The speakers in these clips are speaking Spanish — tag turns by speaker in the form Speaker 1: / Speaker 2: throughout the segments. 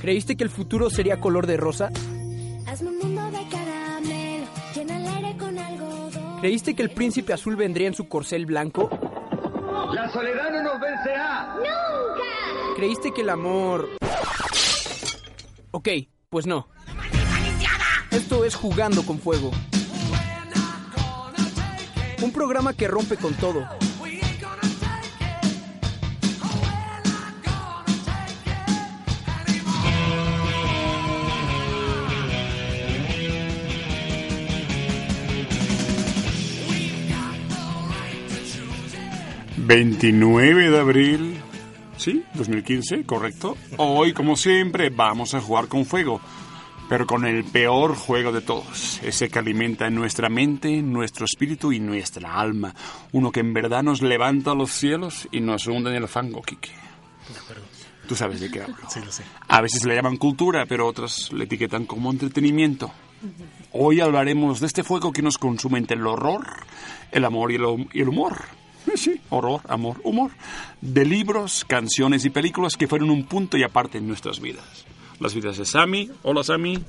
Speaker 1: ¿Creíste que el futuro sería color de rosa?
Speaker 2: Hazme un mundo de caramelo, llena el aire con algodón.
Speaker 1: ¿Creíste que el príncipe azul vendría en su corcel blanco?
Speaker 3: La soledad no nos ¿ah? vencerá.
Speaker 1: ¿Creíste que el amor... Ok, pues no. Esto es Jugando con Fuego. Un programa que rompe con todo.
Speaker 4: ¿29 de abril? Sí, 2015, correcto. Hoy, como siempre, vamos a jugar con fuego, pero con el peor juego de todos, ese que alimenta nuestra mente, nuestro espíritu y nuestra alma, uno que en verdad nos levanta a los cielos y nos hunde en el fango, Kike. Tú sabes de qué hablo.
Speaker 5: Sí, lo sé.
Speaker 4: A veces le llaman cultura, pero otras le etiquetan como entretenimiento. Hoy hablaremos de este fuego que nos consume entre el horror, el amor y el, hum- y el humor. Sí, Sí, horror, amor, humor. De libros, canciones y películas que fueron un punto y aparte en nuestras vidas. Las vidas de Sami, hola Sami,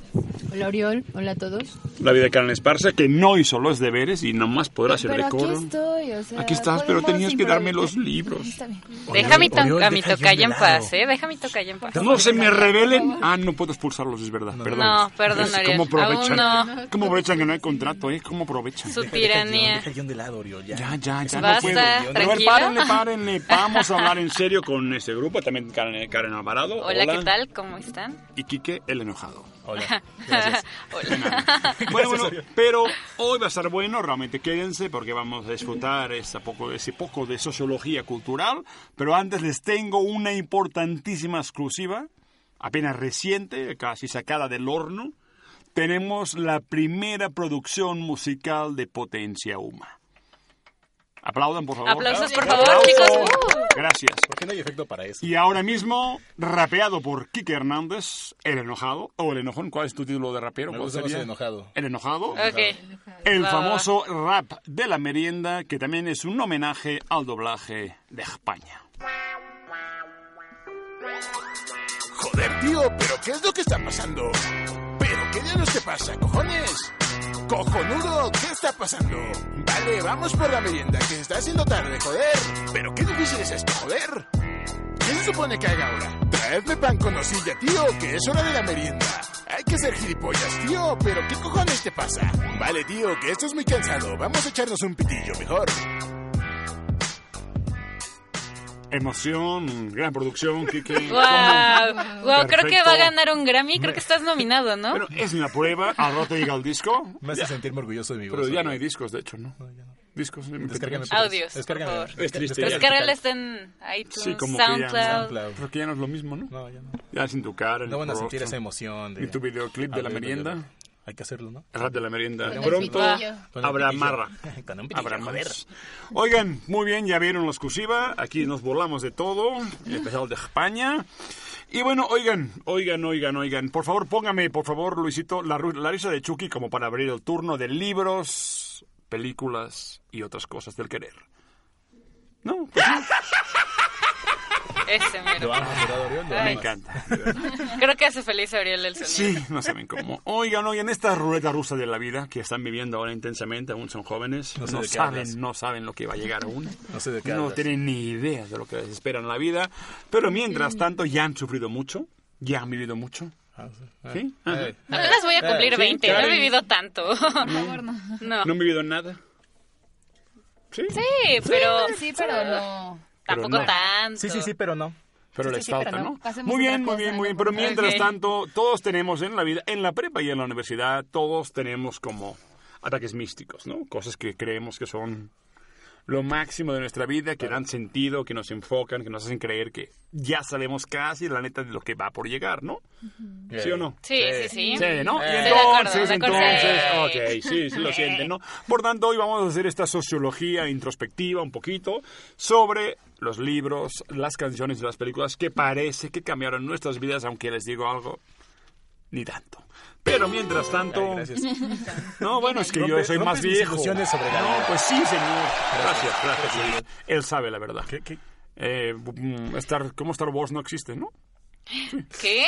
Speaker 6: Hola Oriol, hola a todos.
Speaker 4: la vida de Karen Esparza, que no hizo los deberes y nomás podrá hacer
Speaker 6: Pero
Speaker 4: de
Speaker 6: aquí
Speaker 4: coro.
Speaker 6: estoy, o sea,
Speaker 4: Aquí estás, pero
Speaker 6: podemos
Speaker 4: tenías que darme
Speaker 6: improvisar.
Speaker 4: los libros.
Speaker 6: Está bien.
Speaker 7: Deja a mi, to-
Speaker 5: Oriol,
Speaker 7: a mi
Speaker 5: deja a John
Speaker 7: tocaya en
Speaker 5: de lado.
Speaker 7: paz, ¿eh? Deja a mi tocaya en paz.
Speaker 4: No se me rebelen. Ah, no puedo expulsarlos, es verdad. Perdón.
Speaker 7: No, perdón,
Speaker 4: Es
Speaker 7: Ariel.
Speaker 4: ¿Cómo aprovechan?
Speaker 7: Aún no.
Speaker 4: ¿Cómo aprovechan que no hay contrato, eh? ¿Cómo aprovechan?
Speaker 7: Su
Speaker 5: Deja el guión,
Speaker 7: tiranía.
Speaker 5: Deja el guión de lado, Oriol, ya.
Speaker 4: Ya, ya, ya
Speaker 7: Basta,
Speaker 4: no puedo. A ver,
Speaker 7: tranquilo.
Speaker 4: párenle, párenle. eh, Vamos a hablar en serio con este grupo. También Karen, Karen Alvarado.
Speaker 7: Hola, ¿qué tal? ¿Cómo están?
Speaker 4: Y Quique, el enojado.
Speaker 5: Hola, gracias.
Speaker 7: Hola.
Speaker 4: Bueno, bueno, pero hoy va a estar bueno, realmente quédense porque vamos a disfrutar esa poco, ese poco de sociología cultural. Pero antes les tengo una importantísima exclusiva, apenas reciente, casi sacada del horno. Tenemos la primera producción musical de Potencia Uma. Aplaudan, por favor. Uh.
Speaker 7: Aplausos, por favor, chicos.
Speaker 4: Gracias.
Speaker 5: ¿Por qué no hay efecto para eso?
Speaker 4: Y ahora mismo, rapeado por Kike Hernández, El Enojado, o El Enojón, ¿cuál es tu título de rapero?
Speaker 5: Me
Speaker 4: ¿Cuál
Speaker 5: gusta más
Speaker 4: sería?
Speaker 5: El Enojado.
Speaker 4: El Enojado.
Speaker 7: Ok.
Speaker 4: El
Speaker 7: Va.
Speaker 4: famoso rap de la merienda, que también es un homenaje al doblaje de España.
Speaker 8: Joder, tío, pero ¿qué es lo que está pasando? ¿Pero qué diablos te pasa, cojones? Cojonudo, ¿qué está pasando? Vale, vamos por la merienda, que se está haciendo tarde, joder. Pero qué difícil es esto, joder. ¿Qué se supone que haga ahora? Traedme pan con hojilla, tío, que es hora de la merienda. Hay que ser gilipollas, tío, pero ¿qué cojones te pasa? Vale, tío, que esto es muy cansado. Vamos a echarnos un pitillo mejor.
Speaker 4: Emoción, gran producción, Kike.
Speaker 7: Wow. Wow, creo que
Speaker 4: Perfecto.
Speaker 7: va a ganar un Grammy. Creo que estás nominado, ¿no?
Speaker 4: Bueno, es una prueba, al rato llega el disco.
Speaker 5: Me hace sentirme orgulloso de mi voz.
Speaker 4: Pero ya
Speaker 5: Oriol.
Speaker 4: no hay discos, de hecho, ¿no? Discos.
Speaker 5: Descárgame.
Speaker 4: MP3.
Speaker 7: Audios,
Speaker 5: Descárgame.
Speaker 7: por favor.
Speaker 4: Es triste.
Speaker 7: Descárgala está en iTunes,
Speaker 4: Sí, como que ya en
Speaker 7: SoundCloud.
Speaker 5: SoundCloud.
Speaker 4: Pero que ya no es lo mismo, ¿no?
Speaker 5: No, ya no.
Speaker 4: Ya sin tu cara. ni
Speaker 5: No van a
Speaker 4: tu
Speaker 5: sentir esa
Speaker 4: rostro.
Speaker 5: emoción. De...
Speaker 4: ¿Y tu videoclip de la
Speaker 5: Ah,
Speaker 4: merienda?
Speaker 5: no, no, no. Hay que hacerlo, ¿no?
Speaker 4: El rap de la merienda.
Speaker 6: Con el
Speaker 4: Pronto
Speaker 6: pitillo.
Speaker 5: Con un
Speaker 4: habrá
Speaker 5: pitillo.
Speaker 4: marra.
Speaker 5: Con un pitillo,
Speaker 4: Habrá
Speaker 5: joder.
Speaker 4: más. Oigan, muy bien, ya vieron la exclusiva. Aquí nos volamos de todo, en especial de España. Y bueno, oigan, oigan, oigan, oigan. Por favor, póngame, por favor, Luisito, la, ru- la risa de Chucky como para abrir el turno de libros, películas y otras cosas del querer. No, pues no,
Speaker 7: Ese mero.
Speaker 5: Lo amas, ¿verdad, Oriol? Lo
Speaker 4: me
Speaker 5: amas.
Speaker 4: encanta.
Speaker 7: Creo que hace feliz a Ariel el sonido.
Speaker 4: Sí, no saben cómo. Oigan, oigan, esta ruleta rusa de la vida que están viviendo ahora intensamente, aún son jóvenes, no,
Speaker 5: No sé de qué hablas.
Speaker 4: saben, no saben lo que va a llegar aún.
Speaker 5: No sé de qué
Speaker 4: No
Speaker 5: hablas.
Speaker 4: tienen ni idea de lo que les espera en la vida. Pero mientras tanto, ya han sufrido mucho, ya han vivido mucho.
Speaker 5: Ah, sí. Ah,
Speaker 4: ¿Sí? Ajá.
Speaker 5: eh,
Speaker 7: Apenas voy a cumplir
Speaker 4: Sí,
Speaker 7: 20, no he
Speaker 4: Karen.
Speaker 7: vivido tanto. No,
Speaker 4: ¿No han vivido nada? Sí.
Speaker 7: sí, pero
Speaker 6: Sí, pero no.
Speaker 4: pero
Speaker 7: tampoco
Speaker 4: no.
Speaker 7: tanto.
Speaker 5: Sí, sí, sí, pero no.
Speaker 4: Pero
Speaker 6: Sí,
Speaker 4: les
Speaker 6: sí,
Speaker 4: falta,
Speaker 6: pero no.
Speaker 4: ¿no?
Speaker 6: Pasemos
Speaker 4: Muy bien,
Speaker 6: otra
Speaker 4: muy
Speaker 6: cosa,
Speaker 4: bien,
Speaker 6: no
Speaker 4: muy bien. Pero
Speaker 6: pasa
Speaker 4: mientras
Speaker 7: Ok.
Speaker 4: tanto, todos tenemos en la vida, en la prepa y en la universidad, todos tenemos como ataques místicos, ¿no? Cosas que creemos que son lo máximo de nuestra vida, que dan sentido, que nos enfocan, que nos hacen creer que ya sabemos casi la neta de lo que va por llegar, ¿no? ¿Sí o no?
Speaker 7: Sí, sí, sí.
Speaker 4: Sí, ¿no?
Speaker 7: Estoy
Speaker 4: Y
Speaker 7: de acuerdo,
Speaker 4: entonces,
Speaker 7: de acuerdo.
Speaker 4: entonces,
Speaker 7: Sí.
Speaker 4: ok, sí, sí, lo sienten, ¿no? Por tanto, hoy vamos a hacer esta sociología introspectiva un poquito sobre los libros, las canciones y las películas que parece que cambiaron nuestras vidas, aunque les digo algo, ni tanto. Pero mientras tanto...
Speaker 5: Ay, gracias.
Speaker 4: No, bueno, es que yo
Speaker 5: Rompe-
Speaker 4: soy
Speaker 5: rompes
Speaker 4: más
Speaker 5: mis
Speaker 4: viejo.
Speaker 5: ilusiones sobre la
Speaker 4: no,
Speaker 5: vida.
Speaker 4: pues sí, señor. Gracias, gracias. señor. Él sabe la verdad.
Speaker 5: ¿Qué, qué?
Speaker 4: Eh, mm, Star, ¿Cómo Star Wars no existe, no?
Speaker 7: ¿Qué?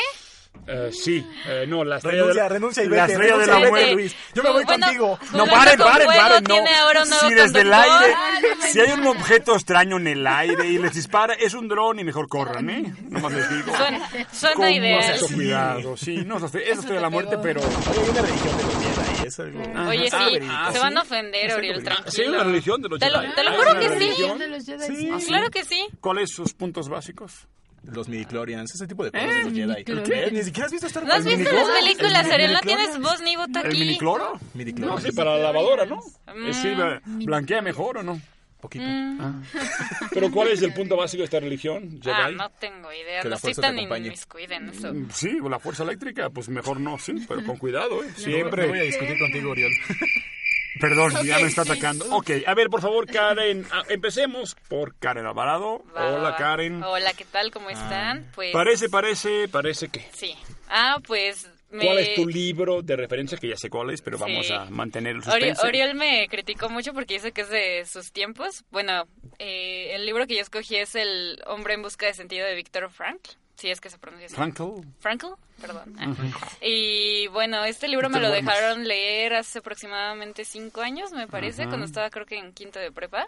Speaker 4: Eh, sí, eh, no, la estrella
Speaker 5: Renuncia,
Speaker 4: de la,
Speaker 5: renuncia y
Speaker 4: la
Speaker 5: vete,
Speaker 4: estrella de
Speaker 5: renuncia
Speaker 4: la
Speaker 5: y
Speaker 4: muerte,
Speaker 5: vete.
Speaker 4: Luis. Yo me
Speaker 7: Tú,
Speaker 4: voy
Speaker 7: bueno,
Speaker 4: contigo. No,
Speaker 7: jugando
Speaker 4: paren,
Speaker 7: con
Speaker 4: paren,
Speaker 7: fuego,
Speaker 4: paren. No.
Speaker 7: tiene ahora un nuevo
Speaker 4: Si desde el
Speaker 7: conductor.
Speaker 4: aire,
Speaker 7: Ay, no me
Speaker 4: si hay un objeto extraño en el aire y les dispara, es un dron y mejor corran, ¿eh? Nomás les digo.
Speaker 7: Suena,
Speaker 4: Con
Speaker 7: suena ideal.
Speaker 4: mucho cuidado, sí. No, es la estrella- es la estrella de la muerte, pero...
Speaker 5: Oye, hay una religión de los Jedi, es algo...
Speaker 7: Oye,
Speaker 4: Ah,
Speaker 7: sí,
Speaker 4: Benito,
Speaker 7: se
Speaker 4: sí.
Speaker 7: van a ofender, Oriol,
Speaker 4: Ah, sí, hay
Speaker 7: tranquilo.
Speaker 4: una religión de los
Speaker 7: Te lo-
Speaker 4: Jedi.
Speaker 7: te lo
Speaker 4: Hay
Speaker 7: juro
Speaker 4: una
Speaker 7: que sí.
Speaker 4: religión.
Speaker 6: De los Jedi.
Speaker 4: Sí.
Speaker 7: Claro que sí.
Speaker 4: ¿Cuáles son sus puntos básicos?
Speaker 5: Los midichlorians, ese tipo de
Speaker 4: Eh,
Speaker 5: cosas de los ¿Eh? Jedi.
Speaker 6: ¿Qué?
Speaker 5: ¿Qué? Ni siquiera has visto Star
Speaker 7: ¿No
Speaker 5: Wars.
Speaker 7: has visto
Speaker 4: minicloro?
Speaker 7: las películas,
Speaker 5: ¿El
Speaker 7: Ariel? No
Speaker 5: minicloro?
Speaker 7: tienes voz ni voz
Speaker 4: ¿El
Speaker 7: aquí.
Speaker 4: minicloro? No,
Speaker 5: Midichlorians.
Speaker 4: sí, para la lavadora, ¿no?
Speaker 7: Mm.
Speaker 4: Eh, Sirve, blanquea mejor o no.
Speaker 5: Poquito.
Speaker 4: Pero ¿cuál es el punto básico de esta religión?
Speaker 7: Ah,
Speaker 4: Jedi?
Speaker 7: no tengo idea.
Speaker 5: Que
Speaker 7: No
Speaker 5: la
Speaker 7: estoy
Speaker 5: fuerza te
Speaker 7: tan
Speaker 5: acompañe.
Speaker 7: inmiscuida en eso.
Speaker 4: Sí, la fuerza eléctrica, pues mejor no, sí, pero con cuidado, ¿eh?
Speaker 5: No voy a
Speaker 4: Siempre.
Speaker 5: discutir contigo, Oriol.
Speaker 4: Perdón, ya me está atacando. Ok, a ver, por favor, Karen, ah, empecemos por Karen Alvarado.
Speaker 7: Va, va,
Speaker 4: Hola,
Speaker 7: va.
Speaker 4: Karen. Ah.
Speaker 7: Hola, ¿qué tal? ¿Cómo están? Pues.
Speaker 4: Parece, parece, parece que.
Speaker 7: Sí. Ah, pues. Me...
Speaker 4: ¿Cuál es tu libro de referencia? Que ya sé cuál es, pero vamos
Speaker 7: Sí.
Speaker 4: a mantener el
Speaker 7: Ori-
Speaker 4: suspense.
Speaker 7: Oriol me criticó mucho porque dice que es de sus tiempos. Bueno, eh, el libro que yo escogí es El hombre en busca de sentido de Víctor Frankl. Si es que se pronuncia así.
Speaker 4: Frankl.
Speaker 7: Frankl, perdón. Ah. Y bueno, este libro me
Speaker 4: Víctor
Speaker 7: lo
Speaker 4: Bormas.
Speaker 7: dejaron leer hace aproximadamente cinco años, me parece, cuando estaba creo que en quinto de prepa.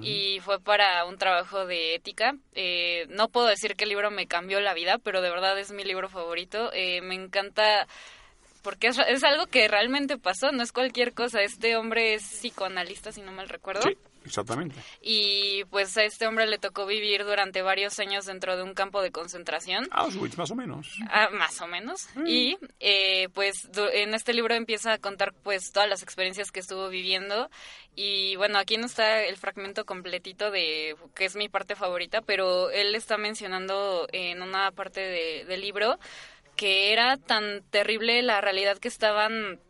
Speaker 7: Y fue para un trabajo de ética. Eh, no puedo decir que el libro me cambió la vida, pero de verdad es mi libro favorito. Eh, me encanta porque es, es algo que realmente pasó, no es cualquier cosa. Este hombre es psicoanalista, si no mal recuerdo.
Speaker 4: Sí, exactamente.
Speaker 7: Y pues a este hombre le tocó vivir durante varios años dentro de un campo de concentración.
Speaker 4: Auschwitz, más o menos.
Speaker 7: Ah, más o menos. Y eh, pues du- en este libro empieza a contar pues todas las experiencias que estuvo viviendo. Y bueno, aquí no está el fragmento completito de que es mi parte favorita, pero él está mencionando en una parte de- del libro que era tan terrible la realidad que estaban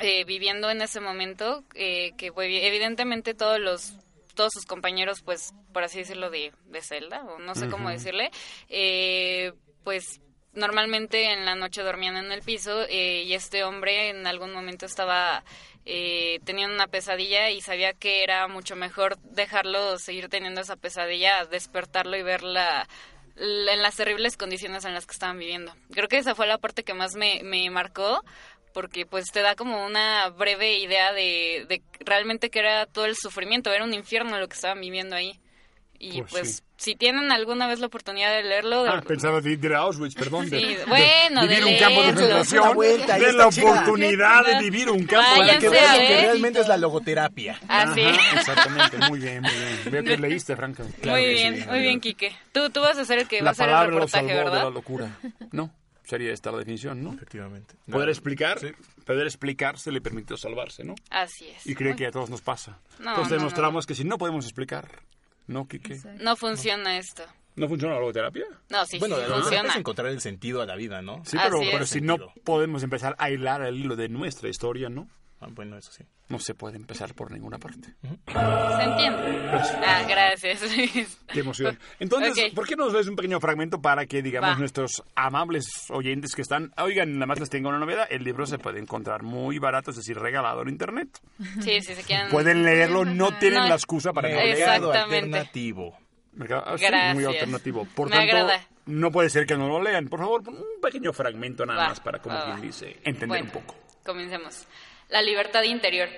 Speaker 7: eh, viviendo en ese momento eh, que pues, evidentemente todos los todos sus compañeros pues por así decirlo de, de celda o no sé cómo decirle eh, pues normalmente en la noche dormían en el piso eh, y este hombre en algún momento estaba eh, tenía una pesadilla y sabía que era mucho mejor dejarlo seguir teniendo esa pesadilla a despertarlo y ver la la- en las terribles condiciones en las que estaban viviendo. Creo que esa fue la parte que más me, me marcó porque pues te da como una breve idea de, de realmente que era todo el sufrimiento, era un infierno lo que estaban viviendo ahí. Y
Speaker 4: Pues
Speaker 7: pues,
Speaker 4: sí.
Speaker 7: si tienen alguna vez la oportunidad de leerlo, de-
Speaker 4: Ah, pensaba de ir a Auschwitz, perdón. de-
Speaker 7: Sí,
Speaker 4: de
Speaker 7: bueno, de
Speaker 4: vivir un campo de
Speaker 7: leerlo.
Speaker 4: concentración.
Speaker 5: Una vuelta, ahí
Speaker 4: de
Speaker 5: está
Speaker 4: la
Speaker 5: chido.
Speaker 4: oportunidad de vivir un campo de
Speaker 7: Váyanse
Speaker 5: Que
Speaker 7: Sí,
Speaker 5: vean
Speaker 7: a
Speaker 5: lo que
Speaker 7: ver.
Speaker 5: realmente es la logoterapia.
Speaker 4: Ah,
Speaker 7: así.
Speaker 4: Ajá, exactamente, muy bien, muy bien. Veo que leíste, Franco.
Speaker 7: muy bien, muy bien, Quique. Tú, tú vas a ser el que va
Speaker 4: La
Speaker 7: a hacer el
Speaker 4: palabra lo
Speaker 7: reportaje,
Speaker 4: salvó de la
Speaker 7: ¿verdad?
Speaker 4: locura. No, sería esta la definición, ¿no?
Speaker 5: Efectivamente.
Speaker 4: Poder explicar, poder explicarse le permitió salvarse, ¿no?
Speaker 7: Así es.
Speaker 4: Y cree que a todos nos pasa.
Speaker 7: No,
Speaker 4: Entonces
Speaker 7: no,
Speaker 4: demostramos que si no podemos explicar, ¿no, Quique?
Speaker 7: No funciona esto.
Speaker 4: ¿No funciona la logoterapia?
Speaker 7: No, sí,
Speaker 5: Bueno,
Speaker 7: sí,
Speaker 5: la verdad
Speaker 7: funciona.
Speaker 5: es encontrar el sentido a la vida, ¿no?
Speaker 4: Sí, pero,
Speaker 7: Así
Speaker 4: pero
Speaker 7: es.
Speaker 4: si no podemos empezar a hilar el hilo de nuestra historia, ¿no?
Speaker 5: Ah, bueno, eso sí.
Speaker 4: No se puede empezar por ninguna parte.
Speaker 7: Se entiende. Ah, gracias. Luis.
Speaker 4: Qué emoción. Entonces,
Speaker 7: Ok.
Speaker 4: ¿por qué no nos ves un pequeño fragmento para que, digamos,
Speaker 7: Va.
Speaker 4: nuestros amables oyentes que están, oigan, nada más les tengo una novedad, el libro se puede encontrar muy barato, es decir, regalado en internet.
Speaker 7: Sí, si se quieren.
Speaker 4: Pueden leerlo, no tienen
Speaker 7: Mm. No.
Speaker 4: la excusa para no leerlo.
Speaker 7: Exacto.
Speaker 5: Mercado
Speaker 7: Exactamente.
Speaker 5: alternativo.
Speaker 4: Mercado- ah, sí, Muy
Speaker 7: Gracias.
Speaker 4: alternativo. Por
Speaker 7: Me
Speaker 4: tanto,
Speaker 7: agrada.
Speaker 4: no puede ser que no lo lean. Por favor, un pequeño fragmento nada
Speaker 7: Va,
Speaker 4: más para, como
Speaker 7: va,
Speaker 4: quien
Speaker 7: va.
Speaker 4: dice, entender
Speaker 7: Bueno,
Speaker 4: un poco.
Speaker 7: Comencemos. La libertad interior.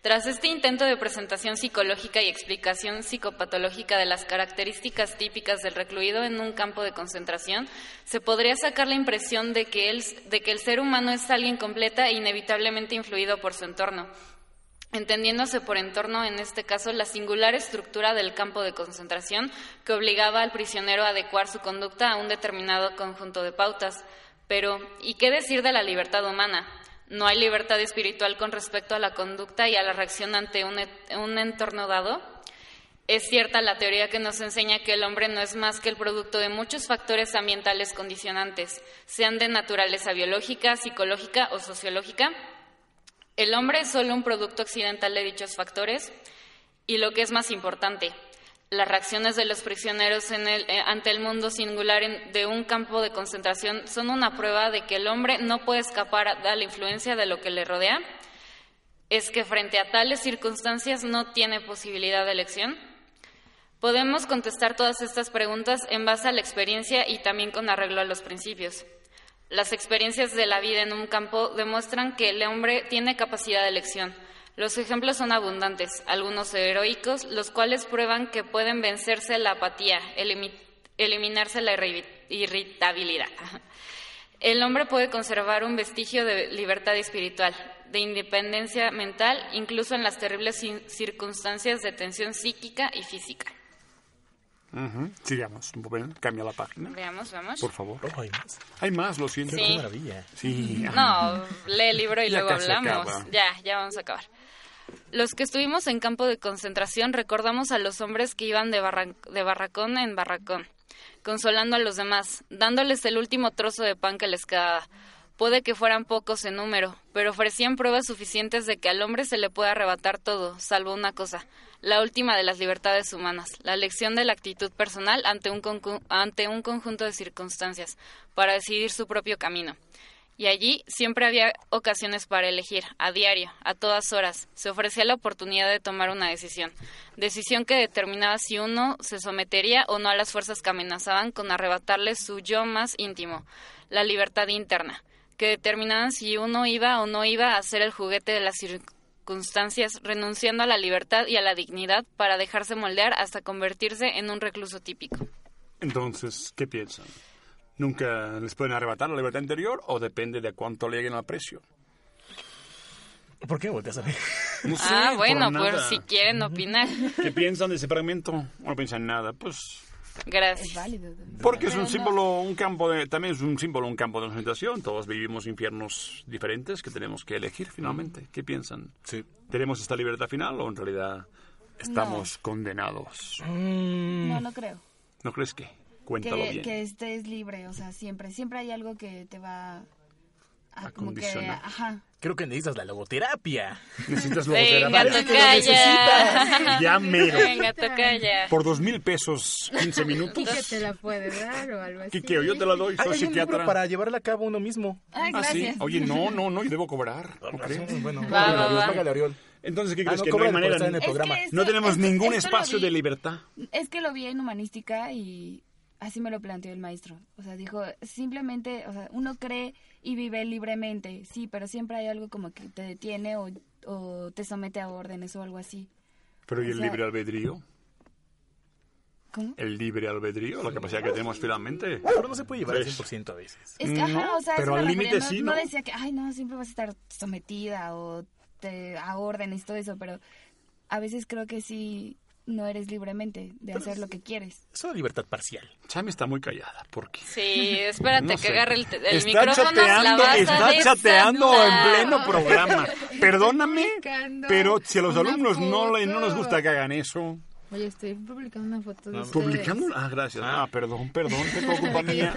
Speaker 7: Tras este intento de presentación psicológica y explicación psicopatológica de las características típicas del recluido en un campo de concentración, se podría sacar la impresión de que, el, de que el ser humano es alguien completa e inevitablemente influido por su entorno, entendiéndose por entorno en este caso la singular estructura del campo de concentración que obligaba al prisionero a adecuar su conducta a un determinado conjunto de pautas. Pero, ¿y qué decir de la libertad humana? ¿No hay libertad espiritual con respecto a la conducta y a la reacción ante un, et- un entorno dado? Es cierta la teoría que nos enseña que el hombre no es más que el producto de muchos factores ambientales condicionantes, sean de naturaleza biológica, psicológica o sociológica. El hombre es solo un producto accidental de dichos factores y lo que es más importante, las reacciones de los prisioneros en el- eh, ante el mundo singular en- de un campo de concentración son una prueba de que el hombre no puede escapar a la influencia de lo que le rodea es que frente a tales circunstancias no tiene posibilidad de elección? Podemos contestar todas estas preguntas en base a la experiencia y también con arreglo a los principios. Las experiencias de la vida en un campo demuestran que el hombre tiene capacidad de elección. Los ejemplos son abundantes, algunos heroicos, los cuales prueban que pueden vencerse la apatía, elimi- eliminarse la irri- irritabilidad. El hombre puede conservar un vestigio de libertad espiritual, de independencia mental, incluso en las terribles cin- circunstancias de tensión psíquica y física.
Speaker 4: Ujú. Sigamos. Bueno, Cambia la página.
Speaker 7: Veamos, vamos.
Speaker 4: Por favor.
Speaker 5: Oh, hay más.
Speaker 4: Hay más, lo siento.
Speaker 7: Sí.
Speaker 5: Qué maravilla.
Speaker 4: Sí.
Speaker 7: No, lee el libro y
Speaker 4: Ya
Speaker 7: luego
Speaker 4: casi
Speaker 7: hablamos.
Speaker 4: acaba.
Speaker 7: Ya, ya vamos a acabar. Los que estuvimos en campo de concentración recordamos a los hombres que iban de, barran- de barracón en barracón, consolando a los demás, dándoles el último trozo de pan que les quedaba. Puede que fueran pocos en número, pero ofrecían pruebas suficientes de que al hombre se le puede arrebatar todo, salvo una cosa, la última de las libertades humanas, la elección de la actitud personal ante un, concu- ante un conjunto de circunstancias, para decidir su propio camino. Y allí siempre había ocasiones para elegir, a diario, a todas horas. Se ofrecía la oportunidad de tomar una decisión, decisión que determinaba si uno se sometería o no a las fuerzas que amenazaban con arrebatarle su yo más íntimo, la libertad interna, que determinaban si uno iba o no iba a ser el juguete de las circunstancias, renunciando a la libertad y a la dignidad para dejarse moldear hasta convertirse en un recluso típico.
Speaker 4: Entonces, ¿qué piensan? ¿Nunca les pueden arrebatar la libertad interior o depende de cuánto le lleguen al precio?
Speaker 5: ¿Por qué volteas a ver?
Speaker 4: No sé,
Speaker 7: ah,
Speaker 4: por
Speaker 7: bueno,
Speaker 4: nada.
Speaker 7: pues si quieren opinar.
Speaker 4: ¿Qué piensan de ese fragmento? No piensan nada, pues...
Speaker 7: Gracias.
Speaker 6: Válido.
Speaker 4: Porque es un símbolo, un campo de... También es un símbolo, un campo de concentración. Todos vivimos infiernos diferentes que tenemos que elegir finalmente. ¿Qué piensan?
Speaker 5: Sí.
Speaker 4: ¿Tenemos esta libertad final o en realidad estamos condenados?
Speaker 6: No, no creo.
Speaker 4: ¿No crees que? Cuéntalo
Speaker 6: Que,
Speaker 4: Mm. bien.
Speaker 6: que estés libre, o sea, siempre, siempre hay algo que te va a,
Speaker 4: A
Speaker 6: como que,
Speaker 4: condicionar.
Speaker 6: ajá,
Speaker 5: Creo que necesitas la logoterapia.
Speaker 4: Necesitas
Speaker 7: Venga,
Speaker 4: logoterapia.
Speaker 7: tocaya.
Speaker 4: Ya mero.
Speaker 7: Venga, tocaya.
Speaker 4: Por dos mil pesos, 15
Speaker 9: Y que
Speaker 4: minutos.
Speaker 9: te la puede dar o algo así.
Speaker 4: Kikeo, yo te la doy,
Speaker 5: Hay,
Speaker 4: soy
Speaker 5: hay un libro
Speaker 4: psiquiatra.
Speaker 5: para llevarla a cabo uno mismo.
Speaker 6: Ay,
Speaker 4: Ah, sí.
Speaker 6: gracias.
Speaker 4: Oye, no, no, no, yo debo cobrar. ¿no crees?
Speaker 5: Bueno,
Speaker 7: Va,
Speaker 5: págale,
Speaker 7: va,
Speaker 5: Oriol,
Speaker 7: va.
Speaker 5: págale, Oriol.
Speaker 4: Entonces, ¿qué
Speaker 5: Ah,
Speaker 4: crees?
Speaker 5: no,
Speaker 4: que no hay
Speaker 5: cobran por
Speaker 4: manera.
Speaker 5: estar en el
Speaker 6: Es que
Speaker 5: programa.
Speaker 6: esto-
Speaker 4: No tenemos
Speaker 6: esto-
Speaker 4: ningún
Speaker 6: esto lo
Speaker 4: espacio
Speaker 6: vi-
Speaker 4: de libertad.
Speaker 6: Es que lo vi en humanística y así me lo planteó el maestro. O sea, dijo, simplemente, o sea, uno cree y vive libremente, sí, pero siempre hay algo como que te detiene o, o te somete a órdenes o algo así.
Speaker 4: Pero ¿y
Speaker 6: O
Speaker 4: el
Speaker 6: sea-
Speaker 4: libre albedrío?
Speaker 6: ¿Cómo?
Speaker 4: El libre albedrío, la capacidad que tenemos finalmente.
Speaker 5: Pero no se puede llevar al
Speaker 4: Pues,
Speaker 5: 100% a veces.
Speaker 6: Es que,
Speaker 4: No,
Speaker 6: ajá, o sea,
Speaker 4: pero
Speaker 6: eso me
Speaker 4: al límite
Speaker 6: refería, no,
Speaker 4: sí, ¿no?
Speaker 6: no decía que, ay, no, siempre vas a estar sometida o te, a órdenes, todo eso, pero a veces creo que sí no eres libremente de hacer lo que quieres.
Speaker 5: Es una libertad parcial.
Speaker 4: Chami está muy callada. ¿Por qué?
Speaker 7: Sí, espérate
Speaker 4: No
Speaker 7: que
Speaker 4: sé.
Speaker 7: agarre el, te- el
Speaker 4: está
Speaker 7: micrófono. la
Speaker 4: chateando,
Speaker 7: vas a
Speaker 4: está chateando en
Speaker 7: desatar.
Speaker 4: pleno programa. Perdóname,
Speaker 9: Publicando
Speaker 4: pero si a los
Speaker 9: una
Speaker 4: alumnos no, le- no
Speaker 9: foto.
Speaker 4: nos gusta que hagan eso,
Speaker 9: Oye, estoy publicando una foto de ustedes.
Speaker 4: publicando. Ah, gracias. Ah, perdón, perdón, te culpa mía.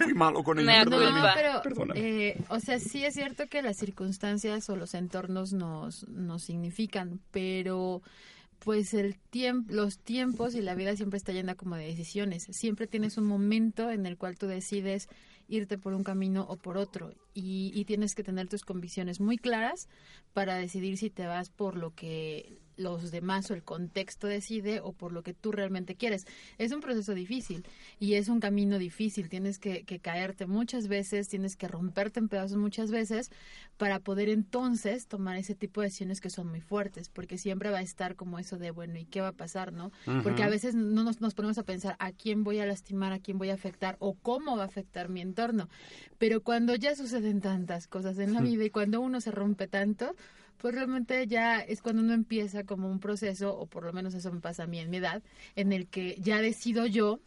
Speaker 4: Fui malo con
Speaker 7: Mea
Speaker 4: ella.
Speaker 7: culpa.
Speaker 9: No,
Speaker 4: perdóname.
Speaker 9: pero,
Speaker 4: Perdóname.
Speaker 9: eh, o sea, sí es cierto que las circunstancias o los entornos nos, nos significan, pero pues el tiempo, los tiempos y la vida siempre está llena como de decisiones. Siempre tienes un momento en el cual tú decides irte por un camino o por otro y, y tienes que tener tus convicciones muy claras para decidir si te vas por lo que los demás o el contexto decide o por lo que tú realmente quieres. Es un proceso difícil y es un camino difícil. Tienes que, que caerte muchas veces, tienes que romperte en pedazos muchas veces para poder entonces tomar ese tipo de decisiones que son muy fuertes, porque siempre va a estar como eso de, bueno, ¿y qué va a pasar, no? Porque a veces no nos, nos ponemos a pensar a quién voy a lastimar, a quién voy a afectar o cómo va a afectar mi entorno. Pero cuando ya suceden tantas cosas en la vida y cuando uno se rompe tanto, pues realmente ya es cuando uno empieza como un proceso, o por lo menos eso me pasa a mí en mi edad, en el que ya decido yo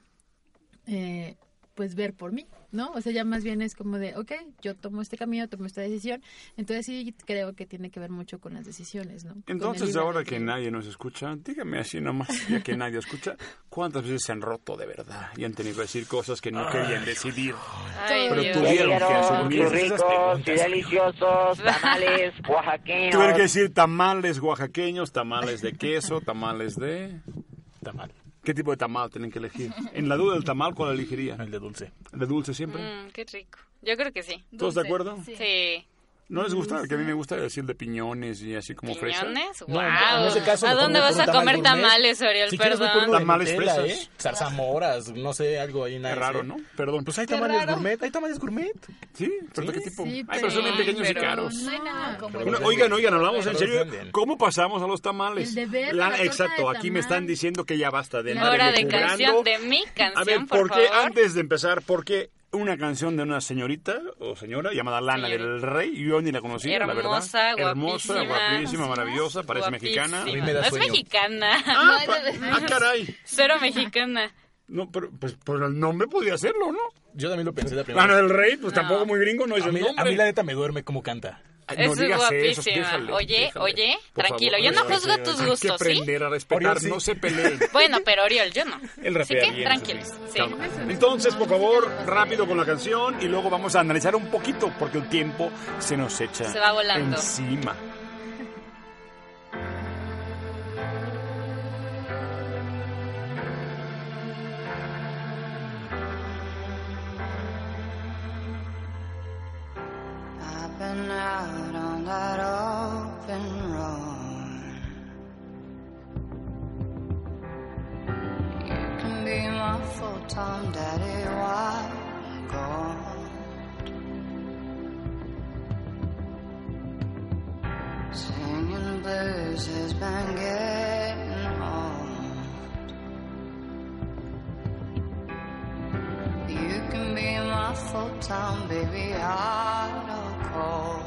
Speaker 9: eh, pues ver por mí, ¿no? O sea, ya más bien es como de, ok, yo tomo este camino, tomo esta decisión. Entonces sí creo que tiene que ver mucho con las decisiones, ¿no?
Speaker 4: Entonces, ahora que nadie nos escucha, dígame así nomás, ya que nadie escucha, ¿cuántas veces se han roto de verdad y han tenido que decir cosas que no querían decidir? pero
Speaker 10: Ay,
Speaker 4: tuvieron que
Speaker 10: Quiero
Speaker 4: asumir esas
Speaker 10: churricos y deliciosos tamales oaxaqueños.
Speaker 4: Tuvieron que decir tamales oaxaqueños, tamales de queso, tamales de... Tamal. ¿Qué tipo de tamal tienen que elegir? En la duda del tamal, ¿cuál elegiría? El de dulce. ¿El de dulce siempre?
Speaker 7: Mm, qué rico. Yo creo que sí.
Speaker 4: ¿Todos de acuerdo?
Speaker 7: Sí.
Speaker 4: ¿No les gusta? Que a mí me gusta decir de piñones y así como fresa.
Speaker 7: ¿Piñones?
Speaker 4: eh? No,
Speaker 7: ¡Wow!
Speaker 4: en ese caso,
Speaker 7: ¿A
Speaker 4: mejor
Speaker 7: dónde
Speaker 4: voy
Speaker 7: vas
Speaker 4: por
Speaker 7: a
Speaker 4: un tamal
Speaker 7: comer
Speaker 4: gourmet.
Speaker 7: tamales, Oriol?
Speaker 4: Si quieres, voy por
Speaker 7: Perdón.
Speaker 4: uno de Tamales
Speaker 5: Nutella,
Speaker 4: fresas.
Speaker 5: ¿eh? Zarzamoras, no sé, algo ahí. Qué
Speaker 4: raro, ¿no? Perdón.
Speaker 5: Pues hay
Speaker 4: Qué
Speaker 5: tamales
Speaker 4: raro.
Speaker 5: gourmet, hay tamales gourmet.
Speaker 4: Sí, pero ¿de qué tipo?
Speaker 5: sí,
Speaker 4: Hay
Speaker 5: pero-
Speaker 4: personas pequeños y
Speaker 5: pero
Speaker 4: caros.
Speaker 5: no hay nada como
Speaker 4: Bueno,
Speaker 5: el de-
Speaker 4: oigan, oigan, hablamos en
Speaker 5: Pero
Speaker 4: serio. ¿eh?
Speaker 5: venden.
Speaker 4: ¿Cómo pasamos a los tamales?
Speaker 7: El de ver, la torta
Speaker 4: exacto,
Speaker 7: de
Speaker 4: aquí me están diciendo que ya basta de andar
Speaker 7: Hora de
Speaker 4: elucubrando.
Speaker 7: canción, de mi canción,
Speaker 4: A ver,
Speaker 7: por,
Speaker 4: ¿por qué
Speaker 7: favor.
Speaker 4: antes de empezar, por qué una canción de una señorita o señora llamada Lana del Rey? Yo ni la conocía, la verdad.
Speaker 7: Hermosa,
Speaker 4: Hermosa,
Speaker 7: guapísima.
Speaker 4: guapísima, maravillosa, parece mexicana.
Speaker 7: Guapísima. No es mexicana.
Speaker 4: Ah, pa- ah, caray.
Speaker 7: Cero mexicana.
Speaker 4: No, pero pues por el nombre podía hacerlo, ¿no?
Speaker 5: Yo también lo pensé la primera
Speaker 4: Lana
Speaker 5: vez.
Speaker 4: del Rey, pues tampoco muy gringo, no es
Speaker 5: a
Speaker 4: el
Speaker 5: mí,
Speaker 4: nombre.
Speaker 5: a mí la neta me duerme como canta.
Speaker 4: Ay, no
Speaker 7: es
Speaker 4: digas eso,
Speaker 7: guapísima.
Speaker 4: déjale,
Speaker 7: oye,
Speaker 4: déjale.
Speaker 7: oye,
Speaker 4: Por
Speaker 7: tranquilo.
Speaker 4: favor,
Speaker 7: yo no
Speaker 4: oye,
Speaker 7: juzgo
Speaker 4: oye,
Speaker 7: tus
Speaker 4: hay que
Speaker 7: gustos, ¿sí?
Speaker 4: aprender a respetar, no se peleen.
Speaker 7: Bueno, pero Oriol, yo no.
Speaker 4: El
Speaker 7: Así
Speaker 4: rapea
Speaker 7: que
Speaker 4: bien,
Speaker 7: tranquilos. Sí.
Speaker 4: Entonces, por favor, rápido con la canción y luego vamos a analizar un poquito porque el tiempo se nos echa
Speaker 7: Se va volando.
Speaker 4: encima.
Speaker 11: I've been out on that open road. You can be my full time daddy while I'm gone. Singing blues has been getting old. You can be my full time baby, hot or cold.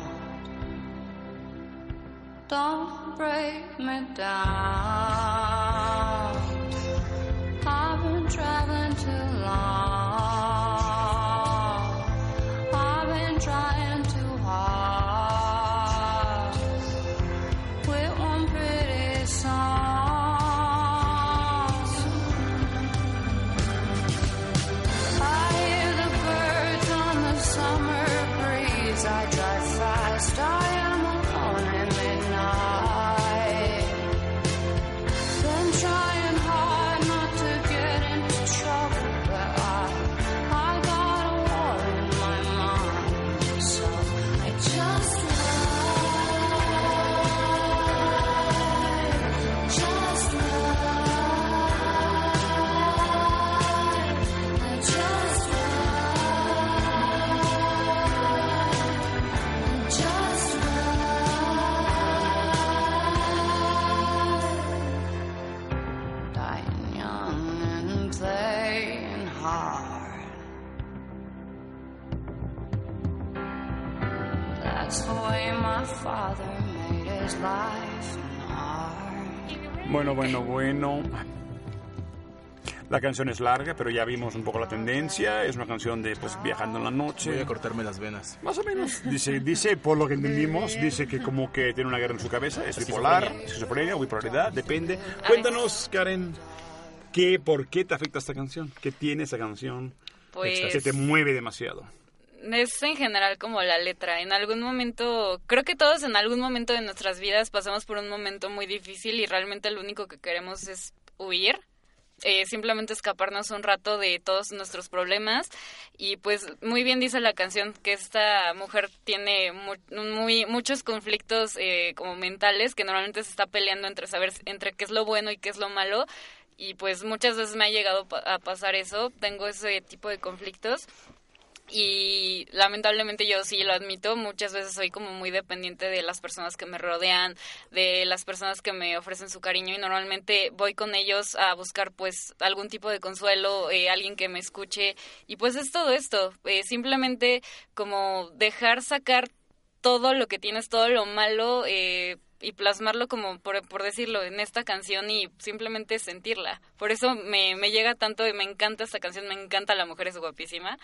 Speaker 11: Don't break me down. I've been traveling too long. I've been trying too hard. With one pretty song. I hear the birds on the summer breeze. I drive fast. I am alone at midnight. Been trying hard not to get into trouble, but I, I got a war in my mind. So I just ride, just ride. I just ride, just ride. Dying young and playing hard. That's the way my father made his life an art.
Speaker 4: Bueno, bueno, bueno. La canción es larga, pero ya vimos un poco la tendencia. Es una canción de pues viajando en la noche.
Speaker 5: Voy a cortarme las venas.
Speaker 4: Más o menos. Dice, dice, por lo que entendimos, dice que como que tiene una guerra en su cabeza, es
Speaker 5: Esquizofrenia.
Speaker 4: bipolar, esquizofrenia o bipolaridad, depende. Cuéntanos, Karen, ¿qué, ¿por qué te afecta esta canción? ¿Qué tiene esa canción
Speaker 7: Pues-
Speaker 4: que te mueve demasiado?
Speaker 7: Es en general como la letra. En algún momento, creo que todos en algún momento de nuestras vidas pasamos por un momento muy difícil y realmente lo único que queremos es huir. eh, simplemente escaparnos un rato de todos nuestros problemas y pues muy bien dice la canción que esta mujer tiene mu- muy, muchos conflictos eh, como mentales que normalmente se está peleando entre saber entre qué es lo bueno y qué es lo malo y pues muchas veces me ha llegado pa- a pasar eso tengo ese tipo de conflictos y lamentablemente yo sí lo admito, muchas veces soy como muy dependiente de las personas que me rodean, de las personas que me ofrecen su cariño y normalmente voy con ellos a buscar pues algún tipo de consuelo, eh, alguien que me escuche y pues es todo esto, eh, simplemente como dejar sacar todo lo que tienes, todo lo malo, eh, y plasmarlo como por, por decirlo en esta canción y simplemente sentirla. Por eso me, me llega tanto y me encanta esta canción, me encanta La Mujer es Guapísima.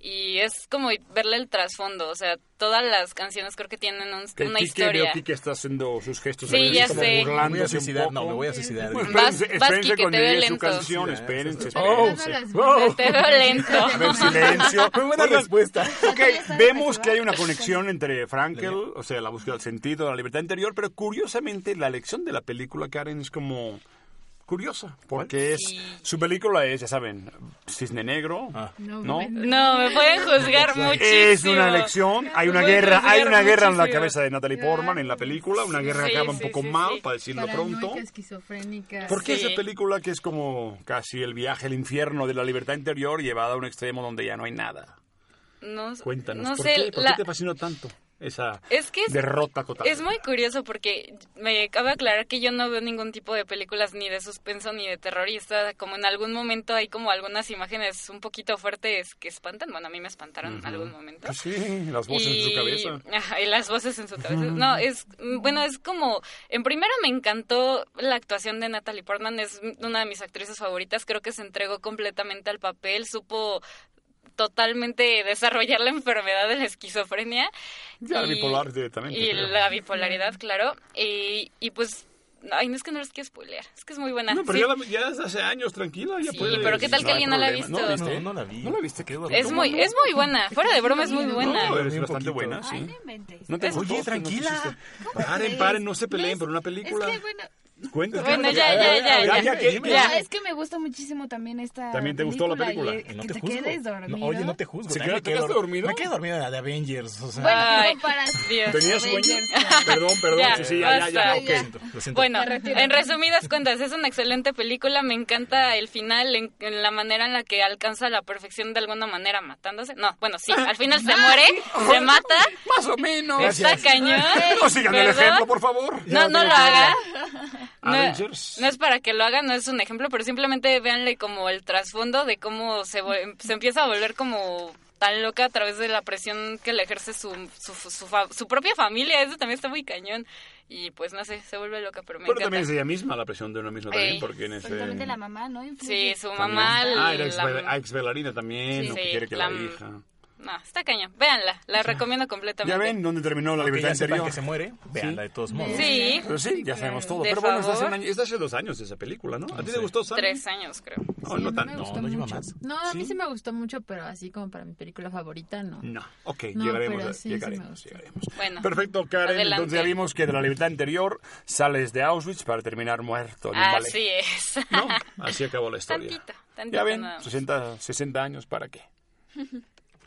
Speaker 7: Y es como verle el trasfondo, o sea, todas las canciones creo que tienen un-
Speaker 4: Que
Speaker 7: una
Speaker 4: Kike,
Speaker 7: historia.
Speaker 4: Veo Kike está haciendo sus gestos.
Speaker 7: Sí,
Speaker 4: ahí,
Speaker 7: ya
Speaker 4: como
Speaker 7: sé.
Speaker 5: Me
Speaker 4: burlándose
Speaker 5: voy a suicidar,
Speaker 4: un poco.
Speaker 5: no, me voy a suicidar.
Speaker 4: Bueno,
Speaker 5: Vas-
Speaker 4: espérense,
Speaker 5: vas,
Speaker 4: espérense
Speaker 5: Kike, te
Speaker 4: cuando
Speaker 5: veo
Speaker 4: llegue su
Speaker 5: lento.
Speaker 4: canción,
Speaker 5: Sí,
Speaker 4: espérense,
Speaker 5: Oh,
Speaker 4: espérense.
Speaker 9: Todas las-
Speaker 4: Oh.
Speaker 7: Te veo lento.
Speaker 4: A ver, silencio.
Speaker 5: Muy buena respuesta.
Speaker 4: Ok, vemos que hay una conexión entre Frankel, o sea, la búsqueda del sentido, la libertad interior, pero curiosamente la elección de la película, Karen, es como curiosa, porque es su película es, ya saben, Cisne Negro,
Speaker 5: Ah.
Speaker 4: ¿no?
Speaker 7: No, me pueden juzgar muchísimo.
Speaker 4: Es una elección, hay una
Speaker 7: Me pueden
Speaker 4: guerra, hay
Speaker 7: juzgar
Speaker 4: una guerra en la
Speaker 7: muchísimo.
Speaker 4: cabeza de Natalie Portman en la película, una guerra que
Speaker 7: Sí,
Speaker 4: acaba un
Speaker 7: sí,
Speaker 4: poco
Speaker 7: sí,
Speaker 4: mal,
Speaker 7: sí.
Speaker 4: para decirlo
Speaker 9: Paranoica,
Speaker 4: pronto.
Speaker 9: esquizofrénica.
Speaker 4: ¿Por qué esa película que es como casi el viaje al infierno de la libertad interior llevada a un extremo donde ya no hay nada?
Speaker 7: No,
Speaker 4: Cuéntanos,
Speaker 7: no
Speaker 4: ¿por,
Speaker 7: sé,
Speaker 4: qué, ¿por
Speaker 7: la-
Speaker 4: qué te fascinó tanto esa
Speaker 7: Es que es-
Speaker 4: derrota total?
Speaker 7: Es muy curioso porque me acaba de aclarar que yo no veo ningún tipo de películas ni de suspenso ni de terrorista. Como en algún momento hay como algunas imágenes un poquito fuertes que espantan. Bueno, a mí me espantaron en algún momento.
Speaker 4: Pues sí, las voces en
Speaker 7: Y-
Speaker 4: su cabeza.
Speaker 7: Ajá, y las voces en su cabeza. No, es mm, bueno, es como en primera me encantó la actuación de Natalie Portman, es una de mis actrices favoritas, creo que se entregó completamente al papel, supo totalmente desarrollar la enfermedad de la esquizofrenia
Speaker 4: Ya,
Speaker 7: y-
Speaker 4: bipolar directamente.
Speaker 7: y
Speaker 4: creo.
Speaker 7: la bipolaridad, claro, y, y pues Ay, no es que no les quiero spoilear, es que es muy buena.
Speaker 4: No, pero
Speaker 7: Sí.
Speaker 4: ya, la- ya es hace años, tranquila. Ya
Speaker 7: Sí,
Speaker 4: puedes-
Speaker 7: pero ¿qué tal que
Speaker 4: hay
Speaker 7: alguien no la ha
Speaker 4: problema.
Speaker 7: visto?
Speaker 4: ¿No, la viste?
Speaker 5: No, no la vi.
Speaker 4: ¿No la viste? Qué guapa.
Speaker 7: Es muy, es muy buena, fuera de broma es muy buena.
Speaker 4: No, eh, es
Speaker 5: Un
Speaker 4: bastante
Speaker 5: poquito.
Speaker 4: buena, sí. No
Speaker 7: Es-
Speaker 4: oye, tranquila. Paren,
Speaker 9: crees?
Speaker 4: paren, no se peleen por una película.
Speaker 9: Es que, bueno,
Speaker 4: Cuéntame.
Speaker 7: Bueno, ya, ya, ya, ya.
Speaker 4: ¿qué- qué-
Speaker 6: Ya, es que me gusta muchísimo también esta.
Speaker 4: ¿También te gustó la película?
Speaker 6: y, eh,
Speaker 5: No
Speaker 6: que
Speaker 5: te
Speaker 6: te,
Speaker 5: juzgo.
Speaker 6: quedes
Speaker 5: No,
Speaker 6: dormido.
Speaker 5: oye, no te juzgo.
Speaker 4: ¿Se
Speaker 5: ya
Speaker 4: queda-
Speaker 5: me
Speaker 4: te
Speaker 5: quedé
Speaker 4: quedaste
Speaker 5: dor-
Speaker 4: dormido?
Speaker 5: Me quedé dormida en la de Avengers. O sea,
Speaker 6: Bueno,
Speaker 7: Ay,
Speaker 6: comparación.
Speaker 7: Dios.
Speaker 4: ¿Tenías sueño?
Speaker 6: Avengers.
Speaker 4: Perdón, perdón.
Speaker 7: Ya,
Speaker 4: sí, sí, ya, ya, ya.
Speaker 7: basta.
Speaker 4: ok.
Speaker 5: Lo siento, lo siento.
Speaker 7: Bueno,
Speaker 6: Me retiro.
Speaker 7: en resumidas cuentas, es una excelente película. Me encanta el final, en, en la manera en la que alcanza la perfección de alguna manera, matándose. No, bueno, sí, al final se muere, se mata.
Speaker 4: Más o menos.
Speaker 7: Está cañón.
Speaker 4: No sigan el
Speaker 7: ¿verdad?
Speaker 4: ejemplo, por favor.
Speaker 7: No, no lo haga. No,
Speaker 4: Avengers.
Speaker 7: no es para que lo haga, no es un ejemplo, pero simplemente véanle como el trasfondo de cómo se, vol- se empieza a volver como tan loca a través de la presión que le ejerce su, su, su fa- su propia familia. Eso también está muy cañón. Y pues no sé, se vuelve loca, pero me
Speaker 4: Pero
Speaker 7: encanta.
Speaker 4: también es ella misma, la presión de uno mismo
Speaker 7: Ey.
Speaker 4: también, porque en ese...
Speaker 6: Exactamente la mamá, ¿no? Influye.
Speaker 7: Sí, su mamá.
Speaker 4: Ah, era
Speaker 7: la-
Speaker 4: ex, bailarina también,
Speaker 7: Sí,
Speaker 4: no que
Speaker 7: sí,
Speaker 4: quiere que
Speaker 7: la-
Speaker 4: la, hija.
Speaker 7: No, está cañón. Véanla, la recomiendo completamente.
Speaker 4: Ya ven dónde terminó la
Speaker 5: Aunque
Speaker 4: libertad
Speaker 5: ya sepan
Speaker 4: interior.
Speaker 5: que se muere, veanla de todos modos.
Speaker 7: Sí,
Speaker 4: Pero sí, ya sabemos todo.
Speaker 7: De
Speaker 4: Pero bueno, está hace,
Speaker 7: favor.
Speaker 4: un año- es de hace dos años esa película, ¿no? ¿A ti te
Speaker 5: sé.
Speaker 4: gustó, Sam?
Speaker 7: tres años creo.
Speaker 4: No,
Speaker 9: sí, a
Speaker 4: no
Speaker 9: mí
Speaker 4: tan.
Speaker 9: me
Speaker 4: No,
Speaker 9: gustó
Speaker 5: no lleva
Speaker 9: mucho.
Speaker 5: más.
Speaker 9: No, a mí
Speaker 4: ¿Sí?
Speaker 9: sí me gustó mucho, pero así como para mi película favorita, no.
Speaker 4: no. Ok,
Speaker 9: No,
Speaker 4: llegaremos,
Speaker 9: pero
Speaker 4: a-
Speaker 9: sí, sí me
Speaker 4: llegaremos,
Speaker 9: gustó.
Speaker 4: llegaremos.
Speaker 7: Bueno,
Speaker 4: Perfecto, Karen.
Speaker 7: adelante.
Speaker 4: Entonces ya vimos que de la libertad interior sales de Auschwitz para terminar muerto. en un ballet.
Speaker 7: Así es.
Speaker 4: ¿No? Así acabó la historia.
Speaker 7: Tantito, tantito
Speaker 4: Ya ven,
Speaker 7: nada más.
Speaker 4: 60, 60 años, ¿para qué?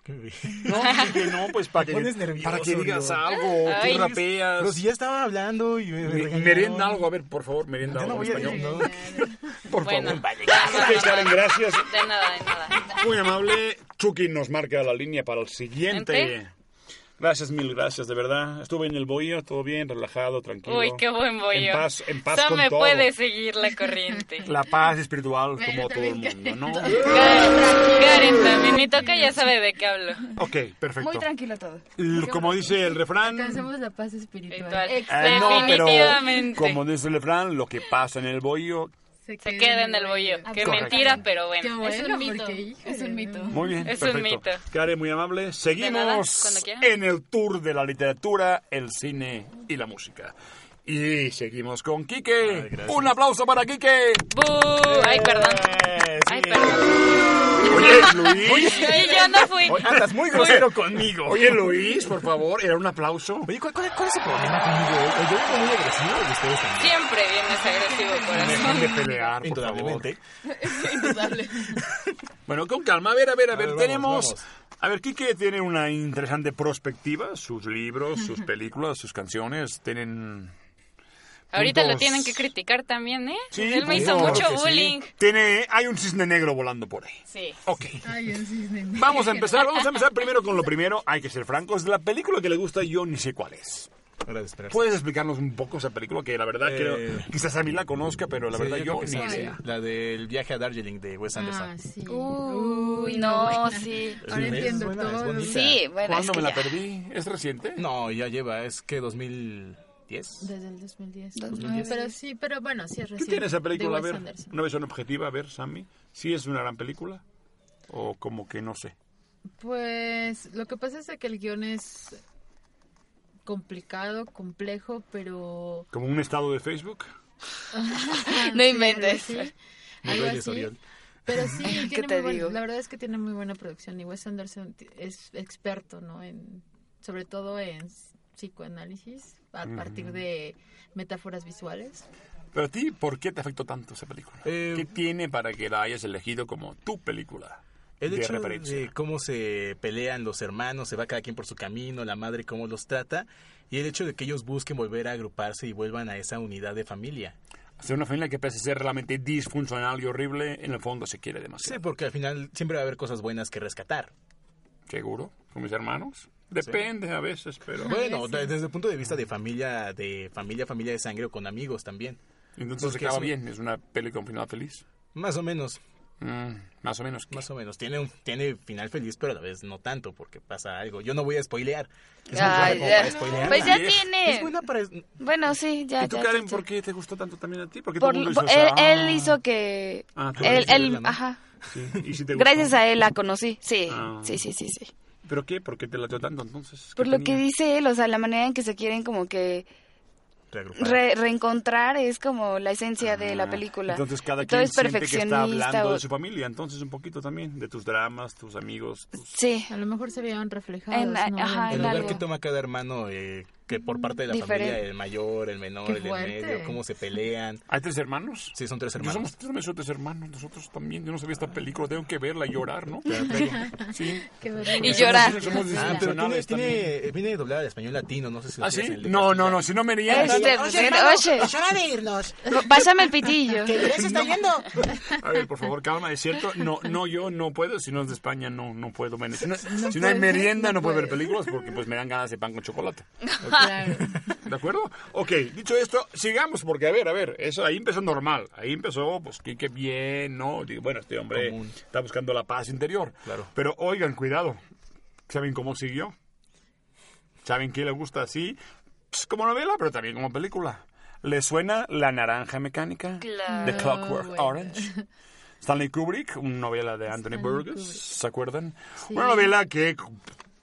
Speaker 5: Te
Speaker 4: No, que no, pues para
Speaker 5: pones
Speaker 4: que,
Speaker 5: nervioso,
Speaker 4: para que digas
Speaker 5: Leo.
Speaker 4: algo,
Speaker 7: Ay.
Speaker 4: tú rapeas.
Speaker 5: Pero si ya estaba hablando y me, me
Speaker 4: Me-
Speaker 5: regañaron.
Speaker 4: Merienda algo, a ver, por favor, merienda
Speaker 5: Yo no
Speaker 4: algo
Speaker 5: voy
Speaker 4: en
Speaker 5: a
Speaker 4: español.
Speaker 5: no.
Speaker 4: Por
Speaker 7: Bueno.
Speaker 4: favor.
Speaker 7: Vale.
Speaker 4: Ok, Karen, gracias.
Speaker 7: De nada, de nada.
Speaker 4: Muy amable. Chucky nos marca la línea para el siguiente.
Speaker 7: Gente.
Speaker 4: Gracias, mil gracias, de verdad. Estuve en el bohío, todo bien, relajado, tranquilo.
Speaker 7: Uy, qué buen bollo.
Speaker 4: En paz, en paz
Speaker 7: Sam
Speaker 4: con
Speaker 7: me
Speaker 4: todo.
Speaker 7: puede seguir la corriente.
Speaker 4: La paz espiritual,
Speaker 9: Pero
Speaker 4: como todo el
Speaker 9: también
Speaker 4: mundo, ¿no?
Speaker 7: Karen Karen también, mi toca ya sabe de qué hablo.
Speaker 4: Ok, perfecto.
Speaker 6: Muy tranquilo todo.
Speaker 4: L- Como dice el refrán,
Speaker 9: Alcancemos la paz
Speaker 7: Ritual.
Speaker 9: espiritual.
Speaker 4: Eh, no, pero
Speaker 7: Definitivamente.
Speaker 4: como dice el refrán, lo que pasa en el bohío.
Speaker 7: Se queda en el bollo. Qué
Speaker 4: Correcto.
Speaker 7: mentira, pero
Speaker 9: Qué
Speaker 7: bueno.
Speaker 9: bueno,
Speaker 6: Es un mito.
Speaker 9: porque, híjole,
Speaker 6: Es un mito.
Speaker 4: Muy bien,
Speaker 7: Es un
Speaker 4: perfecto.
Speaker 7: mito.
Speaker 4: Karen, muy amable.
Speaker 7: nada,
Speaker 4: Seguimos
Speaker 7: cuando quieran.
Speaker 4: en el tour de la literatura, el cine y la música. Y seguimos con Quique. Un aplauso para Quique.
Speaker 7: ¡Bú! Ay, perdón.
Speaker 5: Eh, sí.
Speaker 7: Ay, perdón.
Speaker 4: Oye, Luis.
Speaker 7: Y yo no fui.
Speaker 5: Oye, Andas muy grosero conmigo.
Speaker 4: Oye, Luis, por favor, era un aplauso.
Speaker 5: Oye, ¿cuál, cuál, cuál es el problema conmigo? hoy? Yo vengo muy agresivo y ustedes también.
Speaker 7: Siempre vienes agresivo,
Speaker 4: Dejen
Speaker 7: corazón.
Speaker 4: de pelear, por favor.
Speaker 5: Indudablemente.
Speaker 4: Bueno, con calma. A ver, a ver, a ver.
Speaker 5: ver, vamos,
Speaker 4: tenemos.
Speaker 5: vamos.
Speaker 4: A ver, Quique tiene una interesante perspectiva. Sus libros, sus películas, sus canciones tienen.
Speaker 7: Ahorita lo
Speaker 4: puntos.
Speaker 7: tienen que criticar también, ¿eh?
Speaker 4: Sí,
Speaker 7: Él me
Speaker 4: por
Speaker 7: hizo
Speaker 4: favor,
Speaker 7: mucho
Speaker 4: que sí.
Speaker 7: bullying.
Speaker 4: Tiene, hay un cisne negro volando por ahí.
Speaker 7: Sí.
Speaker 4: Ok.
Speaker 9: Ay, un cisne.
Speaker 4: Vamos a empezar, vamos a empezar primero con lo primero. Hay que ser francos. La película que le gusta yo ni sé cuál es.
Speaker 5: Hora de esperar.
Speaker 4: ¿Puedes explicarnos un poco esa película? Que la verdad
Speaker 5: Eh,
Speaker 4: creo, quizás a mí la conozca, pero la
Speaker 5: Sí,
Speaker 4: verdad
Speaker 5: creo
Speaker 4: yo
Speaker 5: que
Speaker 4: ni
Speaker 5: sí, sí.
Speaker 4: idea.
Speaker 5: La del viaje a Darjeeling de Wes
Speaker 9: Ah,
Speaker 5: Anderson.
Speaker 9: sí.
Speaker 7: Uy,
Speaker 9: no,
Speaker 7: no,
Speaker 9: bueno.
Speaker 7: sí.
Speaker 9: Ahora
Speaker 5: Es
Speaker 9: entiendo
Speaker 5: buena, es
Speaker 9: todo.
Speaker 5: bonita.
Speaker 7: Sí, bueno, es
Speaker 4: ¿Cuándo
Speaker 7: que
Speaker 4: me la
Speaker 7: ya.
Speaker 4: perdí? ¿Es reciente?
Speaker 5: No, ya lleva, es que 2010,
Speaker 4: 2010.
Speaker 9: Desde el 2010.
Speaker 4: 2010.
Speaker 9: Pero sí, pero bueno, sí es
Speaker 4: ¿Qué
Speaker 9: reciente.
Speaker 4: tiene esa
Speaker 9: de
Speaker 4: película? A
Speaker 9: Wes
Speaker 4: ver,
Speaker 9: Anderson.
Speaker 4: una versión objetiva, a ver, Sammy. ¿Sí es una gran película? ¿O como que no sé?
Speaker 9: Pues lo que pasa es de que el guión es complicado, complejo, pero...
Speaker 4: ¿Como un estado de Facebook?
Speaker 9: Sí,
Speaker 7: inventes.
Speaker 9: algo así.
Speaker 4: Muy
Speaker 9: Algo
Speaker 4: bello,
Speaker 9: así.
Speaker 4: Soriel.
Speaker 9: Pero sí,
Speaker 7: ¿Qué
Speaker 9: tiene
Speaker 7: te
Speaker 9: muy buen-
Speaker 7: digo?
Speaker 9: la verdad es que tiene muy buena producción y Wes Anderson ti- es experto, ¿no? En, sobre todo en psicoanálisis, a
Speaker 4: Ujú.
Speaker 9: partir de metáforas visuales.
Speaker 4: Pero a ti, ¿por qué te afectó tanto esa película? ¿Qué tiene para que la hayas elegido como tu película?
Speaker 5: El
Speaker 4: de
Speaker 5: hecho
Speaker 4: referencia?
Speaker 5: de cómo se pelean los hermanos, se va cada quien por su camino, la madre cómo los trata, y el hecho de que ellos busquen volver a agruparse y vuelvan a esa unidad de familia.
Speaker 4: Hacer una familia que parece ser realmente disfuncional y horrible, en el fondo se quiere demasiado.
Speaker 5: Sí, porque al final siempre va a haber cosas buenas que rescatar.
Speaker 4: ¿Seguro? ¿Con mis hermanos? Depende a veces, pero...
Speaker 5: Bueno, de- desde el punto de vista de familia, de familia, familia de sangre o con amigos también.
Speaker 4: Entonces
Speaker 5: Porque
Speaker 4: acaba
Speaker 5: es un-
Speaker 4: bien, es una película con final feliz. Mm,
Speaker 5: Más o menos.
Speaker 4: más o menos.
Speaker 5: Más o menos. Tiene un tiene final feliz, pero a la vez no tanto, porque pasa algo. Yo no voy a spoilear. Es
Speaker 9: Ah,
Speaker 5: muy buena
Speaker 7: Ay,
Speaker 5: como
Speaker 7: ya.
Speaker 5: para spoilearla.
Speaker 7: Pues ya
Speaker 5: Sí.
Speaker 7: tiene.
Speaker 5: Es buena para...
Speaker 7: Bueno, sí, ya.
Speaker 4: ¿Y tú,
Speaker 7: ya,
Speaker 4: Karen,
Speaker 7: ya, ya.
Speaker 4: por qué te gustó tanto también a ti? Porque
Speaker 7: Por-
Speaker 4: todo el mundo
Speaker 7: por-
Speaker 4: dice,
Speaker 7: él,
Speaker 4: "Ah".
Speaker 7: él hizo que...
Speaker 4: Ah, tú
Speaker 7: él,
Speaker 4: eres
Speaker 7: él-
Speaker 4: de él, ¿no?
Speaker 7: ajá.
Speaker 4: Sí, ¿y si te gustó?
Speaker 7: Gracias a él la conocí. Sí,
Speaker 4: Ah.
Speaker 7: sí, sí, sí, sí.
Speaker 4: ¿Pero qué? ¿Por qué te latió tanto entonces?
Speaker 7: Por
Speaker 4: ¿Qué
Speaker 7: lo
Speaker 4: tenía?
Speaker 7: que dice él, o sea, la manera en que se quieren como que
Speaker 4: Reagrupar. Ah.
Speaker 7: re- reencontrar es como la esencia de la película.
Speaker 4: Entonces cada
Speaker 7: Todo
Speaker 4: quien
Speaker 7: es
Speaker 4: siente que está
Speaker 7: perfeccionista.
Speaker 4: hablando
Speaker 7: o-
Speaker 4: de su familia, entonces un poquito también, de tus dramas, tus amigos. tus-
Speaker 7: Sí.
Speaker 9: A lo mejor se veían reflejados,
Speaker 7: En-
Speaker 9: ¿no?
Speaker 7: ajá,
Speaker 9: En-
Speaker 5: el
Speaker 7: en
Speaker 5: lugar
Speaker 7: algo. Mm,
Speaker 5: que toma cada hermano, eh, que por parte de la
Speaker 7: Diferente.
Speaker 5: familia, el mayor, el menor,
Speaker 9: Qué
Speaker 5: el del
Speaker 9: fuerte.
Speaker 5: medio, cómo se pelean.
Speaker 4: ¿Hay tres hermanos?
Speaker 5: Sí, son tres
Speaker 4: Yo somos
Speaker 5: hermanos.
Speaker 4: tres meses tres hermanos, nosotros también. Yo no sabía esta película, tengo que verla y llorar, ¿no? Sí.
Speaker 9: Qué
Speaker 4: Y
Speaker 9: vergüenza.
Speaker 5: Ah,
Speaker 4: llorar.
Speaker 5: pero tiene,
Speaker 4: Disfuncionales
Speaker 5: tiene- viene doblada al español latino, no sé si lo
Speaker 4: ¿Ah,
Speaker 5: tienes
Speaker 4: sí?
Speaker 5: en el-
Speaker 4: No, no, no, si no me harían-
Speaker 7: Este, oye.
Speaker 12: Es hora pues de irnos.
Speaker 7: Pásame el pitillo.
Speaker 12: ¿Qué se está yendo?
Speaker 4: A ver, por favor, calma, es cierto. No, no, yo no puedo. Si no es de España, no, no puedo. men- Si no, si no hay
Speaker 5: puedes,
Speaker 4: merienda, no,
Speaker 5: no
Speaker 4: puedo ver
Speaker 5: puedes.
Speaker 4: películas porque pues me dan ganas de pan con chocolate.
Speaker 9: Claro.
Speaker 4: ¿De acuerdo? Ok, dicho esto, sigamos porque, a ver, a ver, eso ahí empezó normal. Ahí empezó, pues, que, que bien, ¿no? Digo, bueno, este hombre está buscando la paz interior. Claro. Pero oigan, cuidado. ¿Saben cómo siguió? ¿Saben qué le gusta así? Pues, como novela, pero también como película. ¿Le suena La Naranja Mecánica?
Speaker 7: Claro.
Speaker 9: Ah,
Speaker 4: The Clockwork
Speaker 7: Bueno.
Speaker 4: Orange. Stanley Kubrick, una novela de Anthony
Speaker 5: Stanley
Speaker 4: Burgess,
Speaker 5: Kubrick.
Speaker 4: ¿se acuerdan?
Speaker 5: Sí.
Speaker 4: Una novela que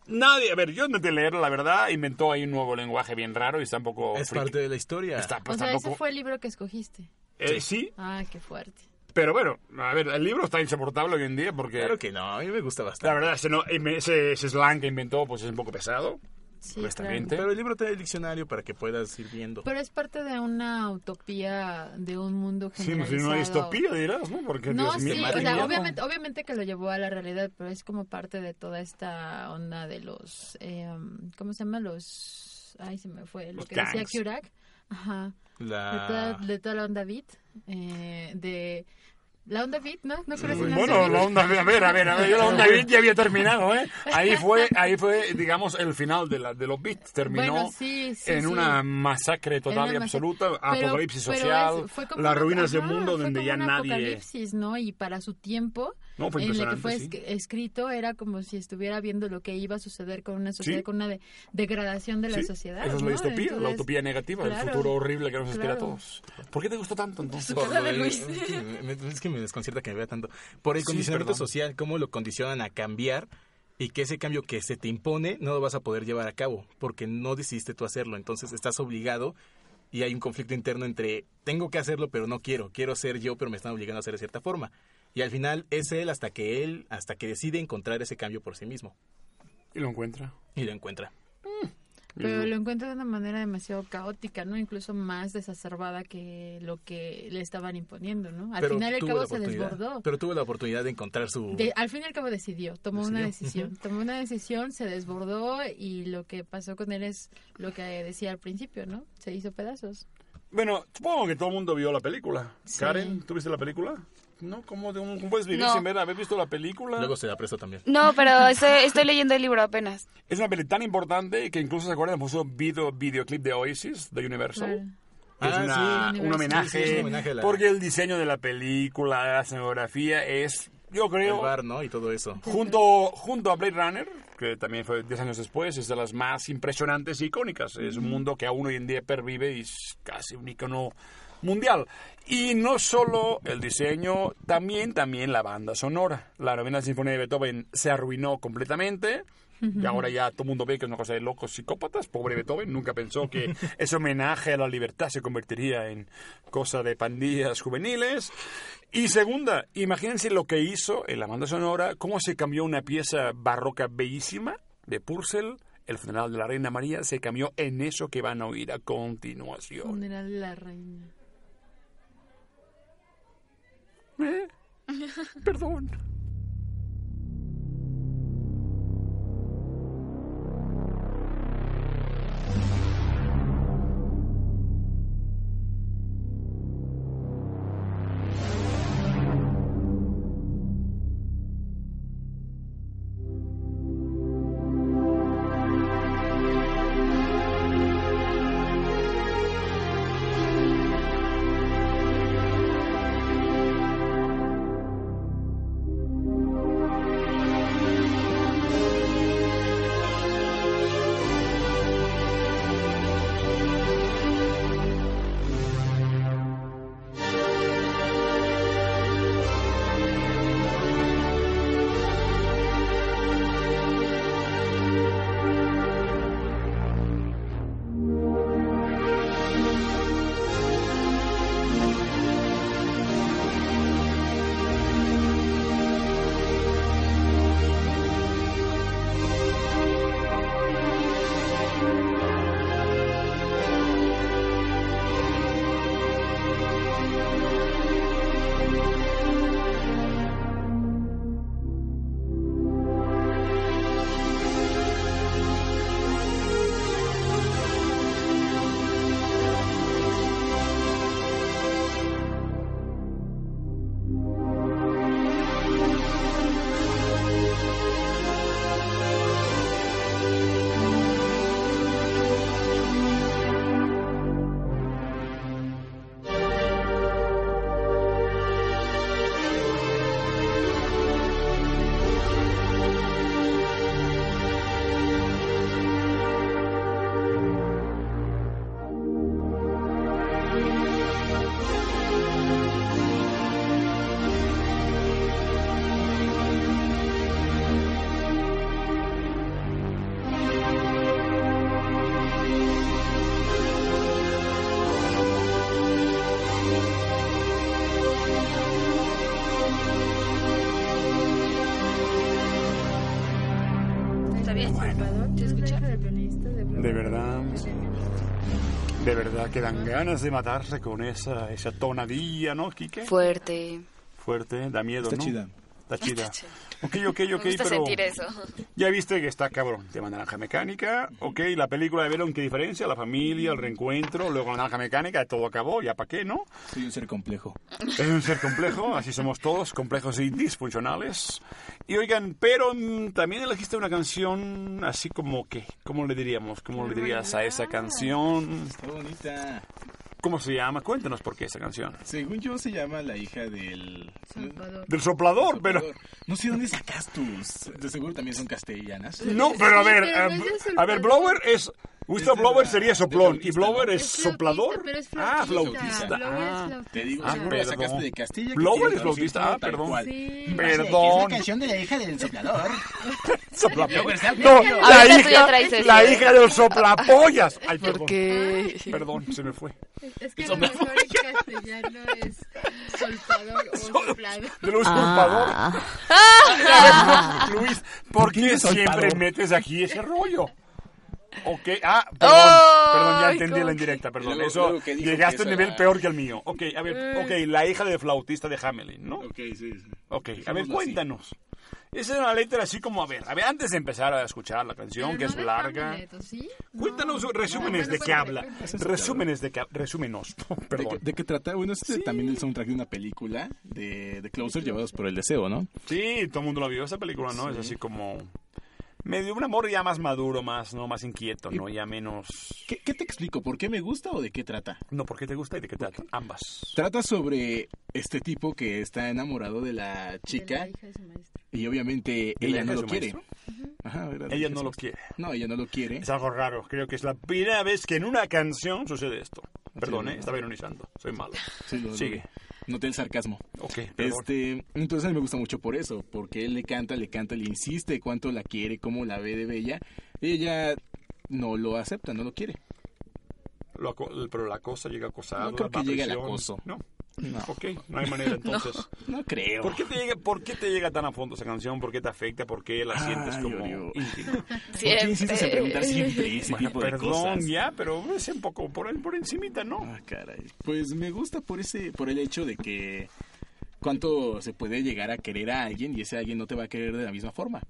Speaker 4: nadie, a ver, yo intenté leerla, la verdad, inventó ahí un nuevo lenguaje bien raro y está un poco...
Speaker 5: Es parte de la historia.
Speaker 4: Está,
Speaker 9: O
Speaker 4: pues,
Speaker 9: sea, ese
Speaker 4: tampoco-
Speaker 9: fue el libro que escogiste.
Speaker 4: Eh, sí,
Speaker 9: Ah, qué fuerte.
Speaker 4: pero bueno, a ver, el libro está insoportable hoy en día porque...
Speaker 5: Claro que no, a mí me gusta bastante.
Speaker 4: La verdad, ese, no- ese, ese slang que inventó pues es un poco pesado.
Speaker 9: Sí,
Speaker 4: honestamente.
Speaker 5: Pero el libro trae el diccionario para que puedas ir viendo.
Speaker 9: Pero es parte de una utopía de un mundo
Speaker 4: Sí, pues, si
Speaker 9: generalizado.
Speaker 4: no hay distopía, dirás, ¿no? Porque
Speaker 9: No,
Speaker 4: Dios mío,
Speaker 9: sí,
Speaker 4: madre
Speaker 9: o sea,
Speaker 4: mía.
Speaker 9: obviamente, obviamente que lo llevó a la realidad, pero es como parte de toda esta onda de los, eh, ¿cómo se llama? Los, ay, se me fue, lo
Speaker 5: Los
Speaker 9: que decía
Speaker 5: gangs.
Speaker 9: Kurak, ajá, de,
Speaker 5: La...
Speaker 9: toda, de toda la onda beat, eh, de la onda beat, ¿no? No creo
Speaker 4: Pues Bueno, la onda, a ver, a ver, a ver, yo la onda beat ya había terminado, ¿eh? Ahí fue, ahí fue, digamos, el final de, la, de los beats, terminó
Speaker 9: Bueno, sí, sí,
Speaker 4: en
Speaker 9: sí.
Speaker 4: una masacre
Speaker 9: En
Speaker 4: total
Speaker 9: una
Speaker 4: y
Speaker 9: masa-
Speaker 4: absoluta,
Speaker 9: Pero-
Speaker 4: apocalipsis
Speaker 9: pero
Speaker 4: social,
Speaker 9: es- fue como
Speaker 4: las
Speaker 9: una-
Speaker 4: ruinas del
Speaker 9: ajá,
Speaker 4: mundo
Speaker 9: fue
Speaker 4: donde
Speaker 9: como
Speaker 4: ya
Speaker 9: un
Speaker 4: nadie...
Speaker 9: apocalipsis, ¿no? Y para su tiempo,
Speaker 4: No, fue
Speaker 9: en el que
Speaker 4: impresionante,
Speaker 9: fue
Speaker 4: sí.
Speaker 9: esc- escrito, era como si estuviera viendo lo que iba a suceder con una sociedad,
Speaker 4: Sí.
Speaker 9: con una de- degradación de la
Speaker 4: Sí,
Speaker 9: sociedad.
Speaker 4: Esa es la
Speaker 9: ¿no?
Speaker 4: distopía, la
Speaker 9: Entonces,
Speaker 4: utopía negativa,
Speaker 9: claro,
Speaker 4: el futuro horrible que nos espera a
Speaker 9: claro.
Speaker 4: todos. ¿Por qué te gustó tanto entonces?
Speaker 5: Por lo del- me- Es que me desconcierta que me vea tanto. Por el
Speaker 4: Sí,
Speaker 5: condicionamiento
Speaker 4: perdón.
Speaker 5: social, cómo lo condicionan a cambiar y que ese cambio que se te impone no lo vas a poder llevar a cabo porque no decidiste tú hacerlo. Entonces estás obligado y hay un conflicto interno entre tengo que hacerlo pero no quiero, quiero ser yo pero me están obligando a hacer de cierta forma. Y al final es él hasta que él, hasta que decide encontrar ese cambio por sí mismo
Speaker 4: Y lo encuentra.
Speaker 5: y lo encuentra.
Speaker 9: Pero lo encuentra de una manera demasiado caótica, ¿no? Incluso más desacerbada que lo que le estaban imponiendo, ¿no? Al
Speaker 5: Pero
Speaker 9: final el
Speaker 5: tuvo
Speaker 9: cabo
Speaker 5: la
Speaker 9: se
Speaker 5: oportunidad-
Speaker 9: desbordó.
Speaker 5: Pero tuvo la oportunidad de encontrar su...
Speaker 9: De- ah, al fin y al cabo decidió, tomó una
Speaker 5: Decidió,
Speaker 9: decisión, tomó una decisión, se desbordó y lo que pasó con él es lo que decía al principio, ¿no? Se hizo pedazos.
Speaker 4: Bueno, supongo que todo el mundo vio la película.
Speaker 9: Sí.
Speaker 4: Karen, ¿tú viste la película? No, ¿cómo, de un, cómo puedes vivir
Speaker 7: No.
Speaker 4: sin ver, haber visto la película?
Speaker 5: Luego se la presto también.
Speaker 7: No, pero estoy, estoy leyendo el libro apenas.
Speaker 4: Es una peli tan importante que incluso se acuerdan puso video, videoclip de Oasis, de Universal.
Speaker 7: Claro.
Speaker 4: que es
Speaker 5: Ah,
Speaker 4: una-
Speaker 5: sí,
Speaker 4: un
Speaker 5: Universal.
Speaker 4: homenaje.
Speaker 5: Sí, sí, es un homenaje a la-
Speaker 4: Porque el diseño de la película, la escenografía es, yo creo,
Speaker 5: El bar, ¿no? Y todo eso.
Speaker 4: junto, junto a Blade Runner, que también fue 10 años después, es de las más impresionantes e icónicas. Es un mundo que aún hoy en día pervive y es casi un icono mundial. Y no solo el diseño, también, también la banda sonora. La novena sinfonía de Beethoven se arruinó completamente. Y ahora ya todo el mundo ve que es una cosa de locos psicópatas. Pobre Beethoven, nunca pensó que ese homenaje a la libertad se convertiría en cosa de pandillas juveniles. Y segunda, imagínense lo que hizo en la banda sonora, cómo se cambió una pieza barroca bellísima de Purcell, el funeral de la reina María, se cambió en eso que van a oír a continuación.
Speaker 9: Funeral de la reina.
Speaker 4: ¿Eh? Perdón. De verdad que dan ganas de matarse con esa, esa tonadilla, ¿no, Quique?
Speaker 7: Fuerte.
Speaker 4: Fuerte, da miedo,
Speaker 5: Está
Speaker 4: ¿no?
Speaker 5: chida.
Speaker 4: Está chida. Ok, ok, ok,
Speaker 7: Me gusta
Speaker 4: pero...
Speaker 7: sentir eso.
Speaker 4: Ya viste que está cabrón. Tema naranja mecánica, ok, la película de Verón, ¿qué diferencia? La familia, el reencuentro, luego la naranja mecánica, todo acabó, ya para qué, ¿no?
Speaker 5: Soy un ser complejo.
Speaker 4: Es un ser complejo, así somos todos, complejos y disfuncionales. Y oigan, pero mm, también elegiste una canción así como que, ¿cómo le diríamos? ¿Cómo le dirías a esa canción?
Speaker 5: Está bonita.
Speaker 4: ¿Cómo se llama? Cuéntanos por qué esa canción.
Speaker 5: Según yo se llama la hija del...
Speaker 4: Del soplador, pero...
Speaker 5: No sé dónde sacas tus... De seguro también son castellanas.
Speaker 4: No, pero a
Speaker 9: Sí,
Speaker 4: ver,
Speaker 9: pero
Speaker 4: a,
Speaker 9: no es del
Speaker 4: a ver,
Speaker 9: soplador.
Speaker 4: blower es... Whistleblower sería soplón y blower es
Speaker 9: flautista,
Speaker 4: soplador.
Speaker 9: pero es
Speaker 4: ah,
Speaker 9: flautista.
Speaker 4: flautista.
Speaker 9: Blower es
Speaker 4: Ah,
Speaker 9: flautista.
Speaker 5: Te digo,
Speaker 4: Ah,
Speaker 5: seguro la
Speaker 4: perdón.
Speaker 5: sacaste de Castilla. que
Speaker 4: Blower
Speaker 5: quiere
Speaker 4: es flautista,
Speaker 5: traducir
Speaker 4: ah,
Speaker 5: tal
Speaker 4: perdón.
Speaker 5: cual.
Speaker 4: Perdón.
Speaker 12: canción de la hija del soplador.
Speaker 4: Soplapollas.
Speaker 5: Pues,
Speaker 4: No,
Speaker 12: Blower,
Speaker 4: la
Speaker 12: ahorita tú ya
Speaker 4: hija,
Speaker 12: traes eso.
Speaker 4: la hija del soplapollas. Ay,
Speaker 12: ¿Por
Speaker 4: perdón.
Speaker 12: qué?
Speaker 4: Perdón, se me fue.
Speaker 9: Es que a lo mejor en castellano es soltador o soplado.
Speaker 4: De Luis
Speaker 12: Ah.
Speaker 4: Culpador.
Speaker 9: Ah.
Speaker 4: A ver, Luis, ¿por qué
Speaker 12: dices
Speaker 4: siempre
Speaker 12: solpador?
Speaker 4: metes aquí ese rollo? Ok, ah, perdón,
Speaker 12: Ay,
Speaker 4: perdón, ya
Speaker 12: ¿cómo
Speaker 4: entendí la
Speaker 12: que?
Speaker 4: indirecta, perdón.
Speaker 5: Luego-
Speaker 4: Eso,
Speaker 5: luego que dijo
Speaker 4: llegaste a
Speaker 5: que
Speaker 4: un
Speaker 5: esa
Speaker 4: nivel
Speaker 5: era-
Speaker 4: peor que el mío. Ok, a ver,
Speaker 5: Eh.
Speaker 4: ok, la hija del flautista de Hamelin, ¿no?
Speaker 5: Ok, sí. sí.
Speaker 4: Ok, a ver,
Speaker 5: Dejémoslo
Speaker 4: cuéntanos. Esa es una letra así como, a ver, a ver, antes de empezar a escuchar la canción, que es larga.
Speaker 9: ¿sí?
Speaker 4: Cuéntanos resúmenes de qué habla. Resúmenes de qué Resúmenos.
Speaker 5: ¿De
Speaker 4: Perdón.
Speaker 5: qué, de qué trata? Bueno, este es también el soundtrack de una película de, de Closer llevados por el deseo, ¿no?
Speaker 4: Sí, todo el mundo la vio esa película, ¿no? Es
Speaker 5: Sí.
Speaker 4: así como medio un amor ya más maduro, más no más inquieto, ¿no? Ya menos
Speaker 5: ¿Qué, qué te explico? ¿Por qué me gusta o de qué trata?
Speaker 4: No, ¿por qué te gusta y de qué trata? Ambas.
Speaker 5: Trata sobre este tipo que está enamorado de la chica
Speaker 9: hija de su maestro.
Speaker 5: y obviamente
Speaker 4: la
Speaker 5: ella
Speaker 4: hija
Speaker 5: no
Speaker 4: de
Speaker 5: lo
Speaker 4: su
Speaker 5: quiere.
Speaker 4: maestro? Ella no lo quiere.
Speaker 5: No, ella no lo quiere.
Speaker 4: Es algo raro. Creo que es la primera vez que en una canción sucede esto. Perdón,
Speaker 5: Sí,
Speaker 4: ¿eh?
Speaker 5: no.
Speaker 4: estaba ironizando. Soy malo.
Speaker 5: Sí, lo-
Speaker 4: Sigue.
Speaker 5: Noté el sarcasmo.
Speaker 4: Ok, perdón.
Speaker 5: Este, entonces a mí me gusta mucho por eso, porque él le canta, le canta, le insiste cuánto la quiere, cómo la ve de bella. Ella no lo acepta, no lo quiere.
Speaker 4: Lo aco- pero la cosa llega a acosar.
Speaker 5: No creo que llegue al acoso.
Speaker 4: No.
Speaker 5: No.
Speaker 4: Ok, no hay manera entonces.
Speaker 5: No, creo.
Speaker 4: ¿Por qué, te llega, ¿Por qué te llega tan a fondo esa canción? ¿Por qué te afecta? ¿Por qué la sientes
Speaker 5: Ay,
Speaker 4: como
Speaker 5: Oriol.
Speaker 4: íntima?
Speaker 5: Siempre. ¿Por qué insistes
Speaker 7: eh,
Speaker 5: en preguntar siempre ese
Speaker 4: Bueno,
Speaker 5: tipo de
Speaker 4: perdón,
Speaker 5: cosas?
Speaker 4: ya, pero es un poco por, por encimita, ¿no?
Speaker 5: Ah, caray. Pues me gusta por ese, por el hecho de que cuánto se puede llegar a querer a alguien y ese alguien no te va a querer de la misma forma.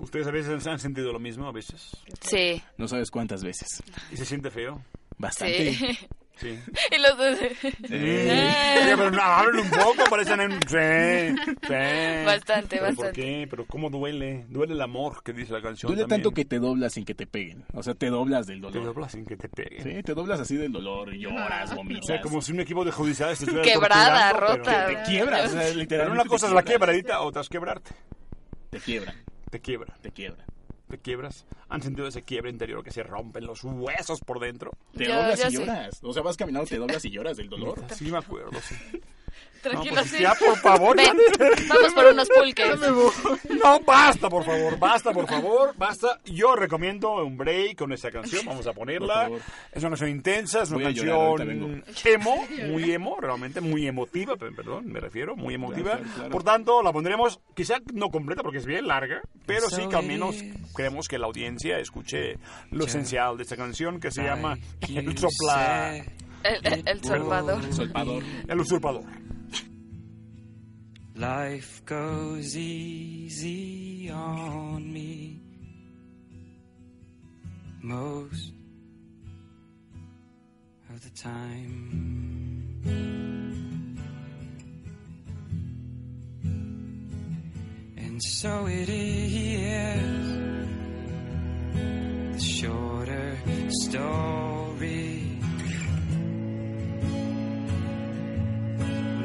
Speaker 4: ¿Ustedes a veces han sentido lo mismo? ¿A veces?
Speaker 6: Sí.
Speaker 5: No sabes cuántas veces.
Speaker 4: ¿Y se siente feo?
Speaker 5: Bastante.
Speaker 4: Sí.
Speaker 6: Y los dos.
Speaker 5: Eh.
Speaker 4: Eh, Oye, pero no, hablen un poco, parecen en... Sí, sí.
Speaker 6: Bastante,
Speaker 4: ¿Pero ¿Por
Speaker 6: bastante.
Speaker 4: qué? ¿Pero cómo duele? Duele el amor que dice la canción
Speaker 5: Duele
Speaker 4: también.
Speaker 5: tanto que te doblas sin que te peguen. O sea, te doblas del dolor.
Speaker 4: Te doblas sin que te peguen.
Speaker 5: Sí, te doblas así del dolor, lloras, vomitas.
Speaker 4: O sea, como si un equipo de judiciales te estuviera
Speaker 6: Quebrada,
Speaker 4: torturando,
Speaker 6: rota.
Speaker 4: pero-
Speaker 5: Te quiebras, o sea,
Speaker 4: Pero
Speaker 5: literalmente
Speaker 4: una
Speaker 5: te
Speaker 4: cosa es la
Speaker 5: quiebras.
Speaker 4: quebradita, otra es quebrarte.
Speaker 5: Te quiebran,
Speaker 4: Te quiebra.
Speaker 5: te quiebran.
Speaker 4: te quiebras, han sentido ese quiebre interior que se rompen los huesos por dentro.
Speaker 5: Te doblas y lloras. O sea, vas caminando, te doblas y lloras del dolor.
Speaker 4: Sí, me acuerdo, sí.
Speaker 6: Tranquilo,
Speaker 4: No, pues,
Speaker 6: sí.
Speaker 4: ya, por favor,
Speaker 6: Ven,
Speaker 4: ya.
Speaker 6: vamos por unos pulques.
Speaker 4: No, basta, por favor, basta, por favor, basta. Yo recomiendo un break con esta canción, vamos a ponerla.
Speaker 5: favor.
Speaker 4: Es una canción intensa, es una
Speaker 5: Voy a llorar, ahorita
Speaker 4: canción emo, muy emo, realmente muy emotiva, pe- perdón, me refiero, muy emotiva.
Speaker 5: Claro, claro.
Speaker 4: Por tanto, la pondremos, quizá no completa porque es bien larga, pero sí
Speaker 5: So
Speaker 4: que al menos
Speaker 5: it is.
Speaker 4: queremos que la audiencia escuche lo esencial de esta canción que se
Speaker 5: Like
Speaker 4: llama El
Speaker 5: you
Speaker 4: Sopla.
Speaker 5: said.
Speaker 6: El, el, el Salvador.
Speaker 5: Salvador.
Speaker 4: El usurpador.
Speaker 13: Life goes easy on me most of the time. And so it is. The shorter story.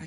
Speaker 13: I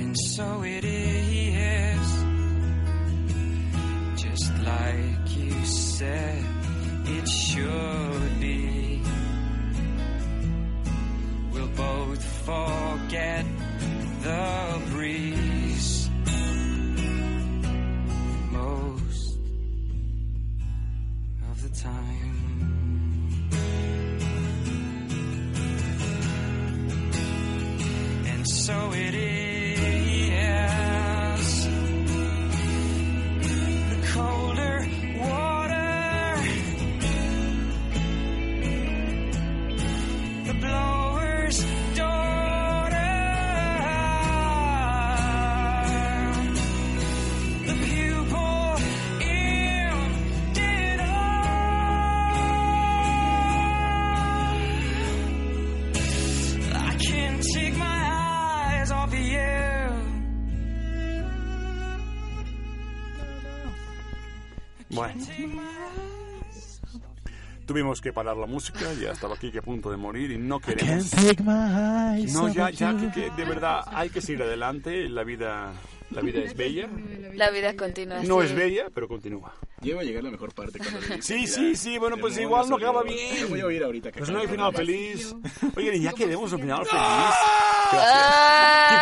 Speaker 13: And so it is. Just like you said, it should be. We'll both forget the breeze. Most of the time. And so it is. The colder water, the blower's daughter, the pupil emptied all. I can't take my eyes off of you. I
Speaker 4: Bueno,
Speaker 13: can't take my eyes.
Speaker 4: tuvimos que parar la música, ya estaba aquí que a punto de morir y no
Speaker 5: Can't
Speaker 4: queremos.
Speaker 5: take my eyes
Speaker 4: No,
Speaker 5: off
Speaker 4: ya,
Speaker 5: of
Speaker 4: ya,
Speaker 5: you.
Speaker 4: que, que de verdad hay que seguir adelante, la vida, la vida es bella.
Speaker 6: La vida continúa.
Speaker 4: No
Speaker 6: sí.
Speaker 4: es bella, pero continúa.
Speaker 5: Lleva a llegar la mejor parte cuando le dices,
Speaker 4: Sí,
Speaker 5: mira,
Speaker 4: sí, sí, bueno, pues
Speaker 5: demonios,
Speaker 4: igual no
Speaker 5: Oriol.
Speaker 4: acaba
Speaker 5: Yo
Speaker 4: bien.
Speaker 5: voy a oír ahorita que
Speaker 4: Pues
Speaker 5: acabe
Speaker 4: no hay
Speaker 5: el
Speaker 4: final
Speaker 5: programa.
Speaker 4: feliz. Oye, ya queremos un final feliz.
Speaker 6: Ah.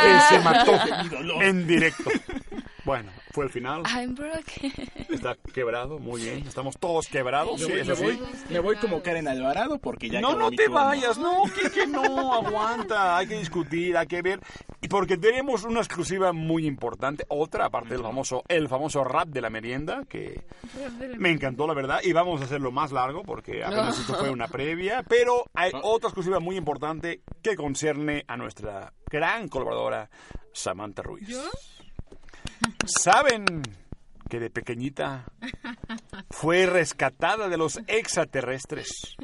Speaker 4: Gracias. Que se mató en directo. Bueno, Fue el final.
Speaker 7: I'm broken.
Speaker 4: Está quebrado, muy bien. Estamos todos quebrados.
Speaker 5: Me
Speaker 4: sí,
Speaker 5: voy-
Speaker 4: es
Speaker 5: me
Speaker 4: así.
Speaker 5: voy- me voy como Karen Alvarado porque ya
Speaker 4: no,
Speaker 5: acabó
Speaker 4: no
Speaker 5: mi
Speaker 4: te
Speaker 5: turno.
Speaker 4: vayas, no, que, que no, aguanta, hay que discutir, hay que ver, y porque tenemos una exclusiva muy importante, otra, aparte del famoso, el famoso rap de la merienda, que me encantó, la verdad, y vamos a hacerlo más largo, porque apenas
Speaker 5: No.
Speaker 4: esto fue una previa, pero hay otra exclusiva muy importante que concierne a nuestra gran colaboradora, Samantha Ruiz. ¿Saben que de pequeñita fue rescatada de los extraterrestres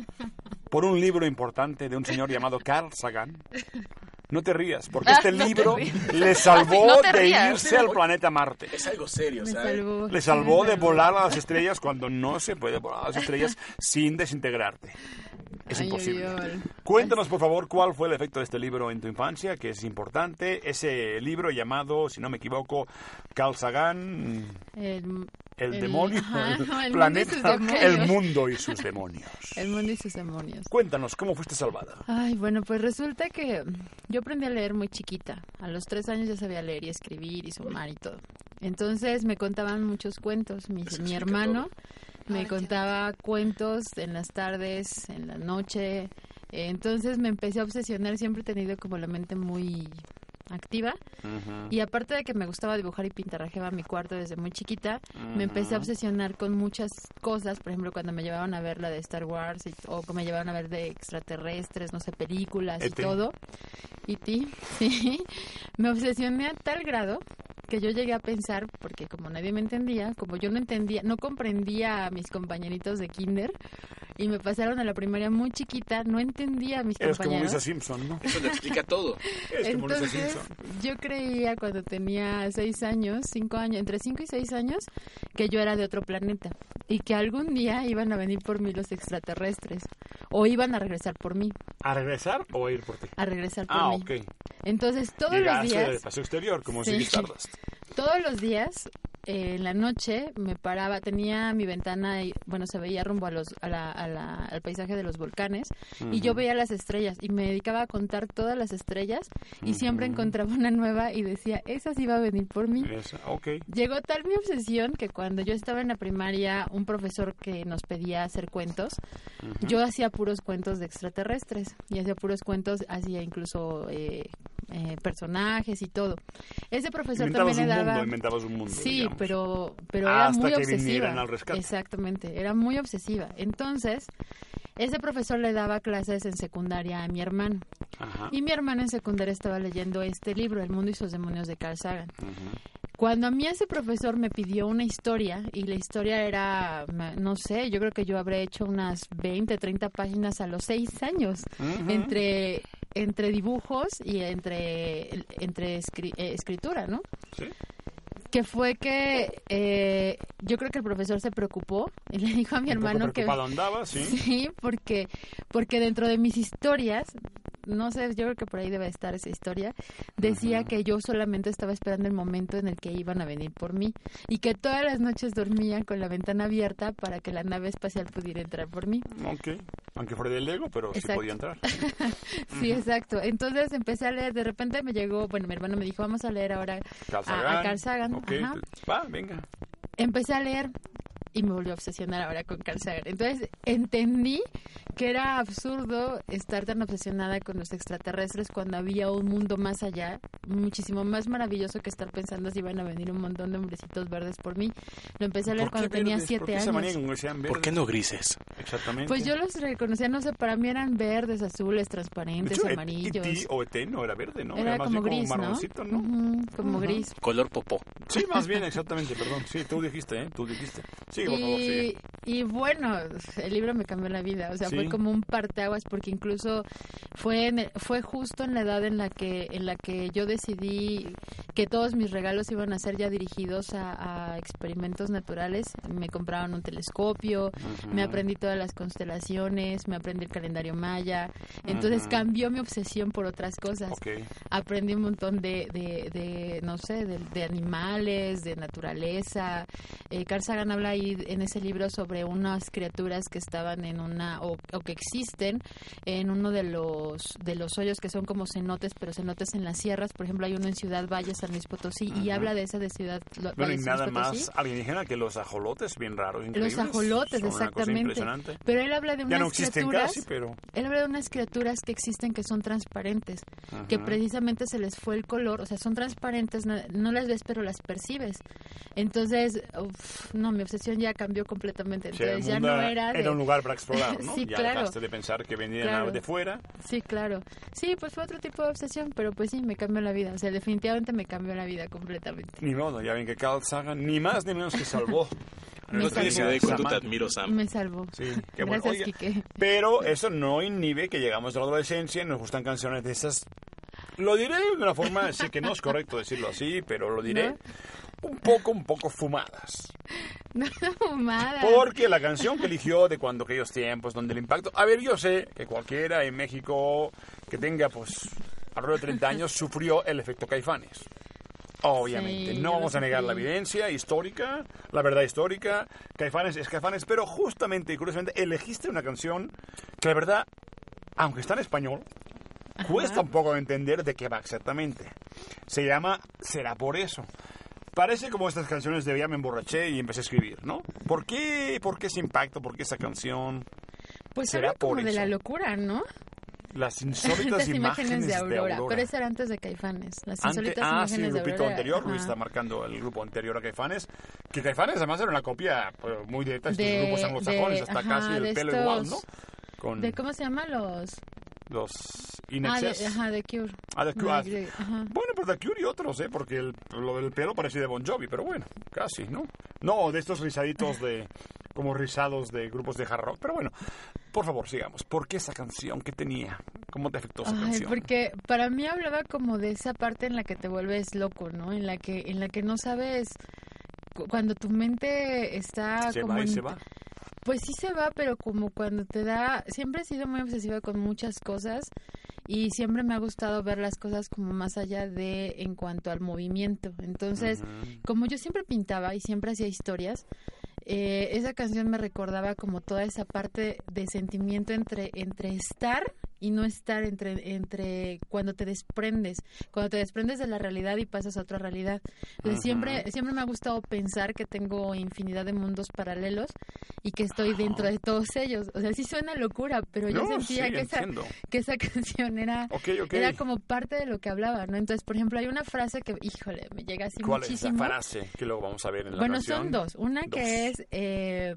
Speaker 4: por un libro importante de un señor llamado Carl Sagan. No te rías, porque
Speaker 5: Ah,
Speaker 4: este
Speaker 5: no te
Speaker 4: libro
Speaker 5: rías.
Speaker 4: le salvó
Speaker 5: No te
Speaker 4: de
Speaker 5: rías.
Speaker 4: irse al planeta Marte.
Speaker 5: Es algo serio, ¿sabes?
Speaker 4: Le salvó de volar a las estrellas cuando no se puede volar a las estrellas sin desintegrarte. Es
Speaker 9: Ay,
Speaker 4: imposible.
Speaker 9: Oriol.
Speaker 4: Cuéntanos, por favor, cuál fue el efecto de este libro en tu infancia, que es importante. Ese libro llamado, si no me equivoco, Carl Sagan,
Speaker 9: El,
Speaker 4: El, demonio,
Speaker 9: ajá,
Speaker 4: el
Speaker 9: no, el
Speaker 4: planeta,
Speaker 9: mundo y sus
Speaker 4: el
Speaker 9: demonios.
Speaker 4: mundo y sus demonios.
Speaker 9: El mundo y sus demonios.
Speaker 4: Cuéntanos, ¿cómo fuiste salvada?
Speaker 9: Ay, bueno, pues resulta que yo aprendí a leer muy chiquita. A los tres años ya sabía leer y escribir y sumar y todo. Entonces me contaban muchos cuentos. Mi, mi hermano me contaba cuentos en las tardes, en la noche. Eh, Entonces me empecé a obsesionar. Siempre he tenido como la mente muy activa. Y aparte de que me gustaba dibujar y pintarrajeaba mi cuarto desde muy chiquita, me empecé a
Speaker 14: Ujú.
Speaker 9: obsesionar con muchas cosas. Por ejemplo, cuando me llevaban a ver la de Star Wars y- o que me llevaban a ver de extraterrestres, no sé, películas
Speaker 14: E.T..
Speaker 9: y todo. Y ti, sí. Me obsesioné a tal grado que yo llegué a pensar, porque como nadie me entendía, como yo no entendía, no comprendía a mis compañeritos de kinder y me pasaron a la primaria muy chiquita, no entendía a mis
Speaker 4: Eres como
Speaker 9: compañeros.
Speaker 4: Lisa Simpson, ¿no?
Speaker 5: Eso lo explica todo.
Speaker 4: Eres como Lisa
Speaker 9: Entonces,
Speaker 4: Simpson.
Speaker 9: yo creía cuando tenía seis años, cinco años, entre cinco y seis años, que yo era de otro planeta y que algún día iban a venir por mí los extraterrestres o iban a regresar por mí,
Speaker 4: ¿A regresar o a ir por ti?
Speaker 9: a regresar por
Speaker 4: Ah,
Speaker 9: mí.
Speaker 4: ok.
Speaker 9: Entonces todos los
Speaker 4: Llegaste
Speaker 9: días,
Speaker 4: del paseo exterior, como
Speaker 9: Sí.
Speaker 4: si tardas.
Speaker 9: todos los días eh, en la noche me paraba, tenía mi ventana y bueno se veía rumbo a los, a la- a la- al paisaje de los volcanes y yo
Speaker 14: Ujú.
Speaker 9: veía las estrellas y me dedicaba a contar todas las estrellas y siempre encontraba una nueva y decía esa sí va a venir por mí.
Speaker 4: Esa, ok.
Speaker 9: Llegó tal mi obsesión que cuando yo estaba en la primaria, un profesor que nos pedía hacer cuentos,
Speaker 14: Ujú.
Speaker 9: yo hacía puros cuentos de extraterrestres y hacía puros cuentos, hacía incluso eh, eh, personajes y todo. Ese profesor
Speaker 4: Inventabas
Speaker 9: también le
Speaker 4: un
Speaker 9: daba...
Speaker 4: mundo, inventabas un mundo,
Speaker 9: Sí,
Speaker 4: digamos. Ah,
Speaker 9: pero, pero era
Speaker 4: Hasta
Speaker 9: muy
Speaker 4: que
Speaker 9: obsesiva.
Speaker 4: vinieran al rescate.
Speaker 9: Exactamente, era muy obsesiva. Entonces, ese profesor le daba clases en secundaria a mi hermano.
Speaker 14: Ajá.
Speaker 9: Y mi hermano en secundaria estaba leyendo este libro, El mundo y sus demonios de Carl Sagan.
Speaker 14: Ujú.
Speaker 9: Cuando a mí ese profesor me pidió una historia y la historia era, ma- no sé, yo creo que yo habré hecho unas 20, 30 páginas a los 6 años,
Speaker 14: Ujú.
Speaker 9: entre, entre dibujos y entre, entre escri- eh, escritura, ¿no?
Speaker 4: Sí.
Speaker 9: Que fue que eh, yo creo que el profesor se preocupó y le dijo a mi
Speaker 4: Un poco
Speaker 9: hermano que...
Speaker 4: preocupado andaba, sí.
Speaker 9: porque, porque dentro de mis historias, no sé, yo creo que por ahí debe estar esa historia, decía que yo solamente estaba esperando el momento en el que iban a venir por mí y que todas las noches dormía con la ventana abierta para que la nave espacial pudiera entrar por mí.
Speaker 4: Ok. Aunque fuera del Lego, pero sí
Speaker 9: Exacto.
Speaker 4: podía entrar.
Speaker 9: Sí, exacto. Entonces empecé a leer, de repente me llegó, bueno, mi hermano me dijo, vamos a leer ahora
Speaker 4: Carl
Speaker 9: a-
Speaker 4: Sagan.
Speaker 9: a Carl Sagan.
Speaker 4: Ok,
Speaker 9: Ajá.
Speaker 4: va, venga.
Speaker 9: empecé a leer y me volvió a obsesionar ahora con Carl Sagan. Entonces entendí que era absurdo estar tan obsesionada con los extraterrestres cuando había un mundo más allá, muchísimo más maravilloso que estar pensando si iban a venir un montón de hombrecitos verdes por mí. Lo empecé a leer cuando tenía siete
Speaker 4: ¿Por qué se
Speaker 9: años.
Speaker 4: manía con que sean verdes?
Speaker 5: ¿Por qué no grises?
Speaker 4: Exactamente.
Speaker 9: Pues yo los reconocía, no sé, para mí eran verdes, azules,
Speaker 4: De
Speaker 9: transparentes,
Speaker 4: hecho, E
Speaker 9: amarillos.
Speaker 4: E.T. o E.T. no era verde, ¿no?
Speaker 9: Era
Speaker 4: más
Speaker 9: como
Speaker 4: bien
Speaker 9: gris,
Speaker 4: como
Speaker 9: ¿no?
Speaker 4: marroncito, ¿no?
Speaker 9: Ujú, como
Speaker 4: Ujú.
Speaker 9: gris.
Speaker 5: Color popó.
Speaker 4: Sí, más bien, exactamente, perdón. Sí, tú dijiste, ¿eh? Tú dijiste. Sí, por favor, sigue.
Speaker 9: y, y bueno, el libro me cambió la vida, o sea,
Speaker 4: Sí.
Speaker 9: fue como un parteaguas porque incluso fue en el- fue justo en la edad en la que en la que yo decidí que todos mis regalos iban a ser ya dirigidos a, a experimentos naturales. Me compraban un telescopio,
Speaker 14: Ujú.
Speaker 9: me aprendí todas las constelaciones, me aprendí el calendario maya. Entonces
Speaker 14: Ujú.
Speaker 9: cambió mi obsesión por otras cosas
Speaker 14: Ok.
Speaker 9: aprendí un montón de, de, de, no sé, de, de animales, de naturaleza. Eh, Carl Sagan habla ahí li- en ese libro sobre unas criaturas que estaban en una o, o que existen en uno de los de los hoyos que son como cenotes, pero cenotes en las sierras. Por ejemplo, hay uno en Ciudad Valle, San Luis Potosí, y
Speaker 4: Ajá.
Speaker 9: habla de esa de Ciudad lo-
Speaker 4: Bueno,
Speaker 9: Valle,
Speaker 4: y
Speaker 9: San
Speaker 4: nada
Speaker 9: Luis Potosí.
Speaker 4: más alienígena que los ajolotes, bien raros, increíbles.
Speaker 9: Los ajolotes,
Speaker 4: Son una cosa
Speaker 9: exactamente.
Speaker 4: impresionante.
Speaker 9: Pero él habla de unas
Speaker 4: Ya no existen
Speaker 9: criaturas.
Speaker 4: casi, pero...
Speaker 9: Él habla de unas criaturas que existen que son transparentes, que
Speaker 4: Ajá.
Speaker 9: precisamente se les fue el color, o sea, son transparentes, no, no las ves pero las percibes. Entonces, uf, no, mi obsesión ya cambió completamente.
Speaker 4: Sí, el
Speaker 9: Entonces ya
Speaker 4: mundo
Speaker 9: no era. de-
Speaker 4: un lugar para explorar, ¿no?
Speaker 9: sí,
Speaker 4: ya
Speaker 9: claro.
Speaker 4: dejaste de pensar que venían
Speaker 9: Claro.
Speaker 4: de fuera.
Speaker 9: Sí, claro. Sí, pues fue otro tipo de obsesión, pero pues sí, me cambió la vida. O sea, definitivamente me cambió la vida completamente.
Speaker 4: Ni modo, ya ven que Carl Sagan ni más ni menos que salvó. a
Speaker 5: No
Speaker 4: nuestra
Speaker 5: tienes idea de cuánto te
Speaker 4: Samantha.
Speaker 5: admiro, Sam.
Speaker 9: Me salvó.
Speaker 4: Sí, qué bueno.
Speaker 9: Gracias,
Speaker 4: Oiga,
Speaker 9: Quique.
Speaker 4: Pero eso no inhibe que llegamos a la adolescencia y nos gustan canciones de esas. Lo diré de una forma, así que no es correcto decirlo así, pero lo diré. Un poco, un poco fumadas.
Speaker 9: No, fumada.
Speaker 4: Porque la canción que eligió de cuando aquellos tiempos, donde el impacto... A ver, yo sé que cualquiera en México que tenga, pues, alrededor de 30 años, sufrió el efecto Caifanes. Obviamente,
Speaker 5: Sí, yo
Speaker 4: no
Speaker 5: lo
Speaker 4: vamos a negar la
Speaker 5: sufrí.
Speaker 4: evidencia histórica, la verdad histórica. Caifanes es Caifanes, pero justamente y curiosamente elegiste una canción que la verdad, aunque está en español, cuesta un poco entender de qué va exactamente. Se llama Será por eso. Parece como estas canciones de Ya me emborraché y empecé a escribir, ¿no? ¿Por qué, por qué ese impacto? ¿Por qué esa canción?
Speaker 9: Pues
Speaker 4: Será
Speaker 9: era como
Speaker 4: por
Speaker 9: de
Speaker 4: eso.
Speaker 9: la locura, ¿no?
Speaker 4: Las insólitas
Speaker 9: Las
Speaker 4: imágenes,
Speaker 9: de Aurora. Pero esa era antes de Caifanes. Las
Speaker 4: Ante-
Speaker 9: insólitas
Speaker 4: ah,
Speaker 9: imágenes
Speaker 4: sí, el
Speaker 9: de
Speaker 4: grupito
Speaker 9: Aurora.
Speaker 4: anterior, Luis
Speaker 9: ajá.
Speaker 4: está marcando el grupo anterior a Caifanes, que Caifanes además era una copia pues, muy directa de estos
Speaker 9: De-
Speaker 4: grupos anglosajones,
Speaker 9: de-
Speaker 4: hasta
Speaker 9: ajá,
Speaker 4: casi el
Speaker 9: de
Speaker 4: pelo igual, ¿no?
Speaker 9: estos-
Speaker 4: Con
Speaker 9: ¿De cómo se llama los?
Speaker 4: los In
Speaker 9: Ah, de,
Speaker 4: Excess.
Speaker 9: ajá, de Cure.
Speaker 4: Ah, The Cure,
Speaker 9: No,
Speaker 4: ah.
Speaker 9: de- ajá.
Speaker 4: Bueno, pero The Cure y otros, ¿eh? Porque el, lo del pelo parecía de Bon Jovi, pero bueno, casi, ¿no? No, de estos rizaditos de... como rizados de grupos de hard rock. Pero bueno, por favor, sigamos. ¿Por qué esa canción? ¿Qué tenía? ¿Cómo te afectó esa
Speaker 9: Ay,
Speaker 4: canción?
Speaker 9: porque para mí hablaba como de esa parte en la que te vuelves loco, ¿no? En la que en la que no sabes cu- cuando tu mente está
Speaker 4: se
Speaker 9: como
Speaker 4: va y
Speaker 9: en-
Speaker 4: se va.
Speaker 9: Pues sí se va, pero como cuando te da, siempre he sido muy obsesiva con muchas cosas y siempre me ha gustado ver las cosas como más allá de en cuanto al movimiento. Entonces, como yo siempre pintaba y siempre hacía historias, eh, esa canción me recordaba como toda esa parte de sentimiento entre entre estar y no estar entre entre cuando te desprendes, cuando te desprendes de la realidad y pasas a otra realidad. Entonces,
Speaker 14: Ujú.
Speaker 9: siempre siempre me ha gustado pensar que tengo infinidad de mundos paralelos y que estoy dentro de todos ellos. O sea, sí suena locura, pero yo
Speaker 4: No,
Speaker 9: sentía
Speaker 4: sí,
Speaker 9: que, esa,
Speaker 4: entiendo.
Speaker 9: que esa canción era,
Speaker 4: Ok, ok.
Speaker 9: era como parte de lo que hablaba, ¿no? Entonces, por ejemplo, hay una frase que, híjole, me llega así
Speaker 4: ¿Cuál
Speaker 9: muchísimo.
Speaker 4: es la frase que luego vamos a ver en la
Speaker 9: bueno,
Speaker 4: canción?
Speaker 9: son dos. Una que es, eh,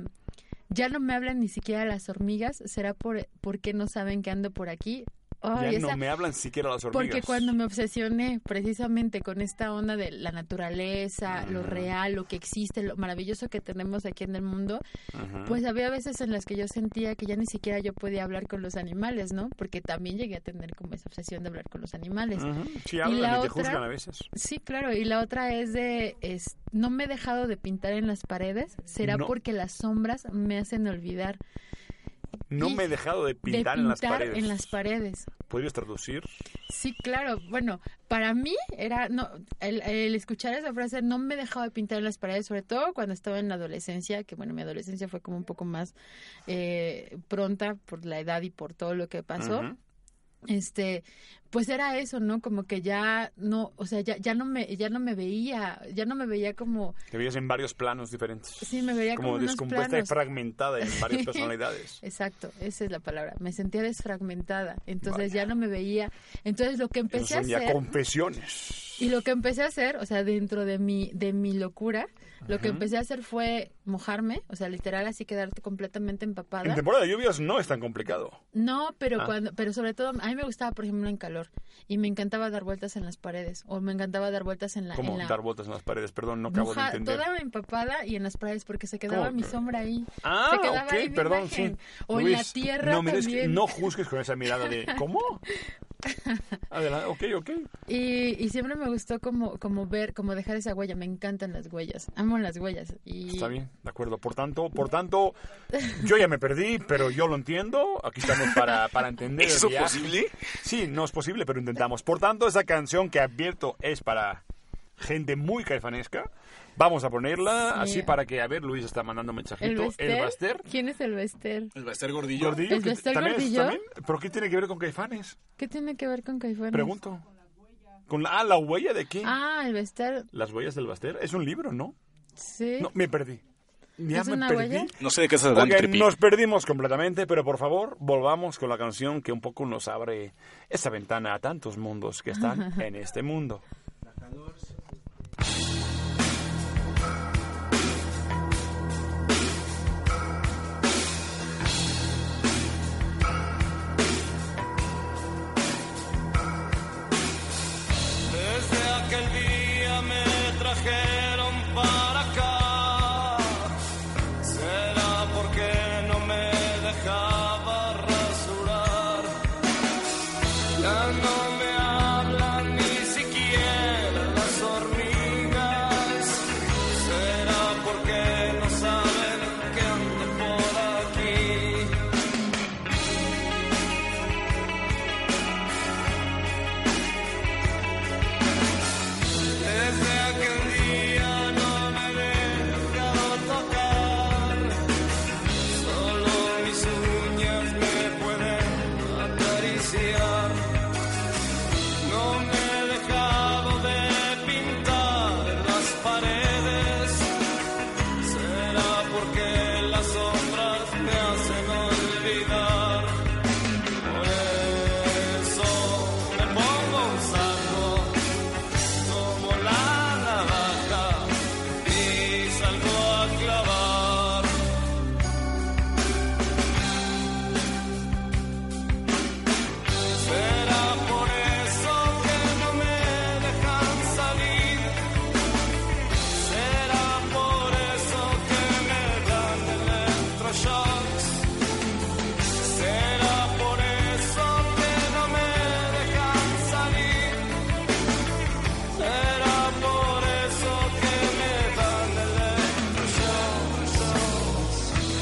Speaker 9: ya no me hablan ni siquiera las hormigas, será por porque no saben que ando por aquí. Ay,
Speaker 4: ya
Speaker 9: esa-
Speaker 4: no me hablan siquiera las hormigas.
Speaker 9: porque cuando me obsesioné precisamente con esta onda de la naturaleza, lo
Speaker 4: Ah.
Speaker 9: real, lo que existe, lo maravilloso que tenemos aquí en el mundo,
Speaker 4: Ajá.
Speaker 9: pues había veces en las que yo sentía que ya ni siquiera yo podía hablar con los animales, ¿no? Porque también llegué a tener como esa obsesión de hablar con los animales.
Speaker 4: Ujú. Sí,
Speaker 9: Y
Speaker 4: hablan y,
Speaker 9: la
Speaker 4: te
Speaker 9: otra-
Speaker 4: juzgan a veces.
Speaker 9: Sí, claro, y la otra es de, es, no me he dejado de pintar en las paredes, será
Speaker 4: No.
Speaker 9: porque las sombras me hacen olvidar
Speaker 4: No
Speaker 9: y
Speaker 4: me he dejado de pintar,
Speaker 9: de
Speaker 4: en las
Speaker 9: pintar
Speaker 4: paredes.
Speaker 9: en las paredes.
Speaker 4: ¿Podrías traducir?
Speaker 9: Sí, claro. Bueno, para mí era no el, el escuchar esa frase no me dejaba de pintar en las paredes, sobre todo cuando estaba en la adolescencia, que bueno, mi adolescencia fue como un poco más eh, pronta por la edad y por todo lo que pasó.
Speaker 14: Ujú.
Speaker 9: Este, pues era eso, ¿no? Como que ya no, o sea, ya, ya no me ya no me veía, ya no me veía como
Speaker 4: Te veías en varios planos diferentes.
Speaker 9: Sí, me vería como en unos
Speaker 4: descompuesta
Speaker 9: planos.
Speaker 4: y fragmentada en varias personalidades.
Speaker 9: Exacto, esa es la palabra. Me sentía desfragmentada, entonces ya no me veía. Entonces lo que
Speaker 4: Eso
Speaker 9: empecé a
Speaker 4: son ya
Speaker 9: hacer
Speaker 4: confesiones.
Speaker 9: Y lo que empecé a hacer, o sea, dentro de mi, de mi locura, lo que
Speaker 4: Ajá.
Speaker 9: empecé a hacer fue mojarme, o sea, literal así quedarte completamente empapada.
Speaker 4: En temporada de lluvias no es tan complicado.
Speaker 9: No, pero
Speaker 4: Ah.
Speaker 9: cuando, pero sobre todo a mí me gustaba, por ejemplo, en calor y me encantaba dar vueltas en las paredes o me encantaba dar vueltas en la,
Speaker 4: ¿Cómo
Speaker 9: en la
Speaker 4: dar vueltas en las paredes? Perdón, no acabo
Speaker 9: moja-
Speaker 4: de entender.
Speaker 9: toda empapada y en las paredes porque se quedaba
Speaker 4: ¿Cómo?
Speaker 9: mi sombra ahí.
Speaker 4: Ah,
Speaker 9: se quedaba
Speaker 4: ok,
Speaker 9: ahí mi
Speaker 4: perdón,
Speaker 9: imagen.
Speaker 4: sí.
Speaker 9: O en la
Speaker 4: Luis,
Speaker 9: tierra
Speaker 4: no, mires-
Speaker 9: también.
Speaker 4: no juzgues con esa mirada de ¿cómo? Adelante, ok, ok.
Speaker 9: Y, y siempre me gustó como, como ver, como dejar esa huella. Me encantan las huellas. Amo las huellas. Y
Speaker 4: Está bien, de acuerdo. Por tanto, por tanto, yo ya me perdí, pero yo lo entiendo. Aquí estamos para, para entender. el
Speaker 5: ¿Eso
Speaker 4: viaje.
Speaker 5: posible?
Speaker 4: Sí, no es posible, pero intentamos. Por tanto, esa canción que advierto es para gente muy caifanesca. Vamos a ponerla
Speaker 9: Sí.
Speaker 4: así para que, a ver, Luis está mandando un
Speaker 9: ¿El
Speaker 4: mensajito.
Speaker 9: Bester? ¿Quién es el Bester?
Speaker 4: El Baster
Speaker 9: ¿El
Speaker 4: Gordillo. que
Speaker 9: Bester
Speaker 4: también es-
Speaker 9: Gordillo?
Speaker 4: también- ¿Pero qué tiene que ver con caifanes?
Speaker 9: ¿Qué tiene que ver con Caifanes?
Speaker 4: Pregunto. ¿Con la, ah, la huella de qué?
Speaker 9: Ah, el Bester,
Speaker 4: Las huellas del Baster. Es un libro, ¿no?
Speaker 9: sí.
Speaker 4: No, me perdí. Ya
Speaker 9: ¿Es
Speaker 4: me
Speaker 9: una
Speaker 4: perdí.
Speaker 9: huella?
Speaker 14: No sé de qué se trata,
Speaker 4: Oigan,
Speaker 14: Tripi.
Speaker 4: Nos perdimos completamente, pero por favor, volvamos con la canción que un poco nos abre esa ventana a tantos mundos que están en este mundo.
Speaker 15: Desde aquel día me trajeron para acá. Será porque no me dejaba rasurar. Ya no me hablan ni siquiera las hormigas. Será porque no saben que ando por aquí. Desde aquel día no me dejaron tocar, solo mis uñas me pueden acariciar. No me he dejado de pintar las paredes, será porque las sombras me hacen olvidar. Por eso me pongo un saco como la navaja y salgo a clavar. Será por eso que no me dejan salir. Será por eso que me dan electroshocks. Será por eso que no me dejan salir. Será por eso que me dan electroshocks.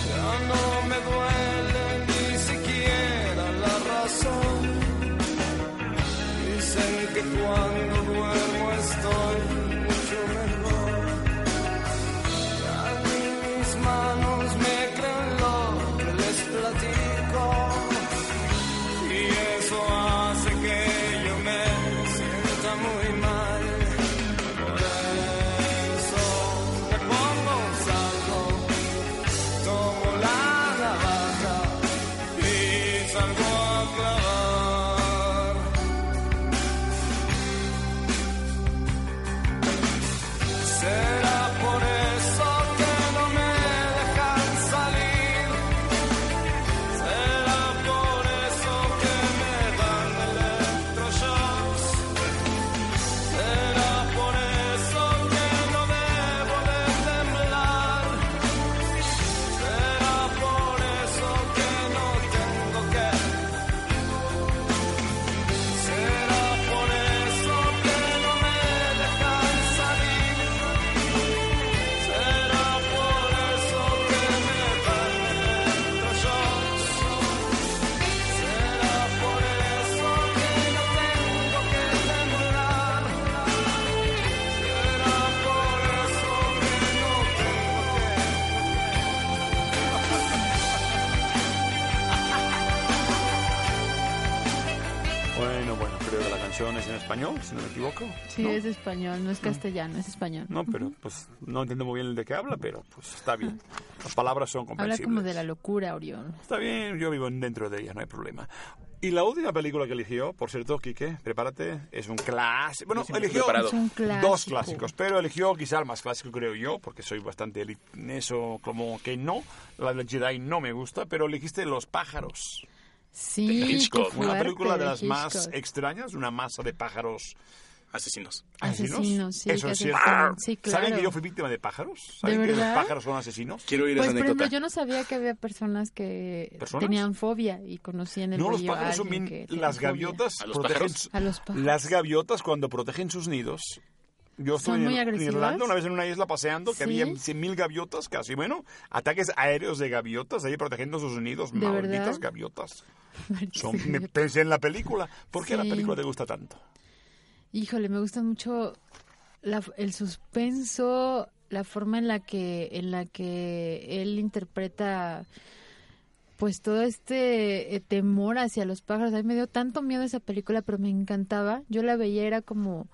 Speaker 15: Ya no me duele ni siquiera la razón. Dicen que cuando duermo estoy mucho mejor. Ya ni mis manos me creen lo que les platico. Y eso hace que yo me sienta muy mal. Por eso me pongo un saco, tomo la navaja y salgo a clavar. Será por eso que no me dejan salir. Será por eso que me dan electroshocks. Será por eso que no debo de temblar. Será por eso que no tengo que. Será por eso que no me dejan salir. Será por eso que me dan electroshocks. Será por eso que no tengo que temblar. Será por eso que no tengo que.
Speaker 4: Bueno, bueno, creo que la canción es en español, si no me equivoco.
Speaker 9: Sí,
Speaker 4: ¿no? Mm.
Speaker 9: es español, no es castellano, es español.
Speaker 4: No, pero pues no entiendo muy bien de qué habla, pero pues está bien. Las palabras son
Speaker 9: Habla
Speaker 4: comprensibles.
Speaker 9: como de la locura, Orión.
Speaker 4: Está bien, yo vivo dentro de ellas, no hay problema. Y la última película que eligió, por cierto, Quique, prepárate, es un clásico. Bueno,
Speaker 14: siempre
Speaker 4: eligió
Speaker 14: preparado.
Speaker 9: Es un clásico.
Speaker 4: dos clásicos, pero eligió quizá el más clásico, creo yo, porque soy bastante elit- en eso, como que no. La de Jedi no me gusta, pero elegiste Los pájaros.
Speaker 9: Sí, qué
Speaker 4: una
Speaker 9: fuerte,
Speaker 4: película de
Speaker 9: de
Speaker 4: las más
Speaker 9: Hitchcock.
Speaker 4: extrañas, una masa de pájaros
Speaker 14: asesinos.
Speaker 9: Asesinos, sí,
Speaker 4: Eso
Speaker 9: que
Speaker 4: es cierto.
Speaker 9: asesinan. Sí,
Speaker 4: ¿Saben
Speaker 9: claro.
Speaker 4: que yo fui víctima de pájaros? ¿Saben
Speaker 9: ¿De
Speaker 4: que los
Speaker 9: verdad?
Speaker 4: pájaros son asesinos?
Speaker 14: Quiero oír
Speaker 9: Pues,
Speaker 14: esa
Speaker 9: por ejemplo,
Speaker 14: anécdota.
Speaker 9: yo no sabía que había personas que
Speaker 4: ¿Personas?
Speaker 9: tenían fobia y conocían el
Speaker 4: No, los
Speaker 9: rollo a
Speaker 4: pájaros son
Speaker 9: alguien
Speaker 4: bien.
Speaker 9: que tenía
Speaker 4: Las
Speaker 9: fobia.
Speaker 4: gaviotas
Speaker 9: ¿A los
Speaker 4: protegen.
Speaker 9: pájaros? A los pájaros.
Speaker 4: Las gaviotas, cuando protegen sus nidos. Yo
Speaker 9: ¿Son
Speaker 4: estoy en,
Speaker 9: muy
Speaker 4: en
Speaker 9: agresivas?
Speaker 4: Irlanda, una vez en una isla paseando, que
Speaker 9: ¿Sí?
Speaker 4: había 100.000 gaviotas casi. Bueno, ataques aéreos de gaviotas ahí protegiendo sus nidos.
Speaker 9: ¿De
Speaker 4: Malditas
Speaker 9: verdad?
Speaker 4: gaviotas. Son, me pensé en la película. ¿Por qué la
Speaker 9: Sí.
Speaker 4: película te gusta tanto?
Speaker 9: Híjole, me gustan mucho la- el suspenso, la forma en la que en la que él interpreta pues todo este eh, temor hacia los pájaros. A mí me dio tanto miedo esa película, pero me encantaba. Yo la veía era como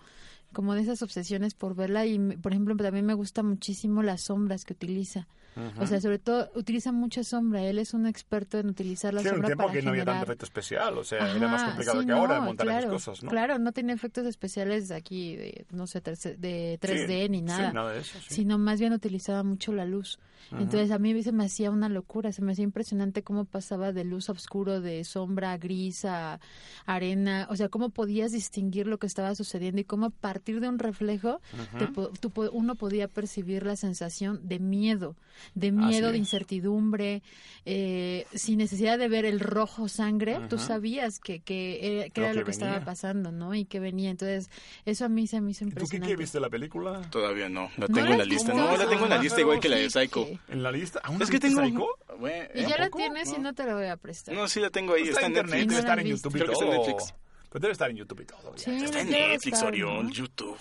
Speaker 9: como de esas obsesiones por verla y me- por ejemplo también me gusta muchísimo las sombras que utiliza.
Speaker 4: Ajá.
Speaker 9: O sea, sobre todo utiliza mucha sombra. Él es un experto en utilizar la
Speaker 4: Sí, era un
Speaker 9: sombra
Speaker 4: tiempo
Speaker 9: para
Speaker 4: que no había
Speaker 9: generar-
Speaker 4: tanto efecto especial, o sea,
Speaker 9: Ajá,
Speaker 4: era más complicado
Speaker 9: sí,
Speaker 4: que ahora
Speaker 9: no,
Speaker 4: montar esas
Speaker 9: claro,
Speaker 4: cosas, ¿no?
Speaker 9: Claro, no tenía efectos especiales de aquí, de, no sé, terce- de 3D
Speaker 4: Sí,
Speaker 9: ni
Speaker 4: sí,
Speaker 9: nada,
Speaker 4: nada de eso, sí.
Speaker 9: sino más bien utilizaba mucho la luz.
Speaker 4: Ajá.
Speaker 9: Entonces a mí se me hacía una locura, se me hacía impresionante cómo pasaba de luz a oscuro, de sombra a gris a arena, o sea, cómo podías distinguir lo que estaba sucediendo y cómo a partir de un reflejo
Speaker 14: Ajá.
Speaker 9: te po- tú po- uno podía percibir la sensación de miedo, de miedo,
Speaker 14: Así
Speaker 9: de
Speaker 14: es.
Speaker 9: incertidumbre, eh, sin necesidad de ver el rojo sangre, tú
Speaker 14: Ajá.
Speaker 9: sabías que, que era, que
Speaker 4: Lo
Speaker 9: era lo
Speaker 4: que
Speaker 9: que estaba
Speaker 4: venía.
Speaker 9: pasando, ¿no? Y que venía. Entonces, eso a mí se me hizo
Speaker 4: ¿Tú qué, qué
Speaker 9: impresionante.
Speaker 4: viste la película?
Speaker 16: Todavía no, la
Speaker 9: ¿No
Speaker 16: tengo
Speaker 9: la
Speaker 16: en la lista.
Speaker 9: tienes?
Speaker 16: No, la tengo en la lista igual que la de Psycho.
Speaker 4: ¿En la lista? ¿Aún
Speaker 16: es que
Speaker 4: viste
Speaker 16: tengo.
Speaker 4: Psycho?
Speaker 16: Bueno,
Speaker 5: ¿Eh?
Speaker 9: Y ya la tienes y no te la voy a prestar.
Speaker 16: No, sí la tengo ahí. Está, en Netflix.
Speaker 4: debe estar en YouTube y
Speaker 16: Creo que está en
Speaker 4: todo.
Speaker 16: Netflix.
Speaker 4: Pero debe estar en YouTube y todo.
Speaker 9: Sí,
Speaker 16: Está en
Speaker 9: ya lo
Speaker 16: Netflix,
Speaker 9: saben,
Speaker 16: Orión,
Speaker 9: ¿no?
Speaker 16: YouTube.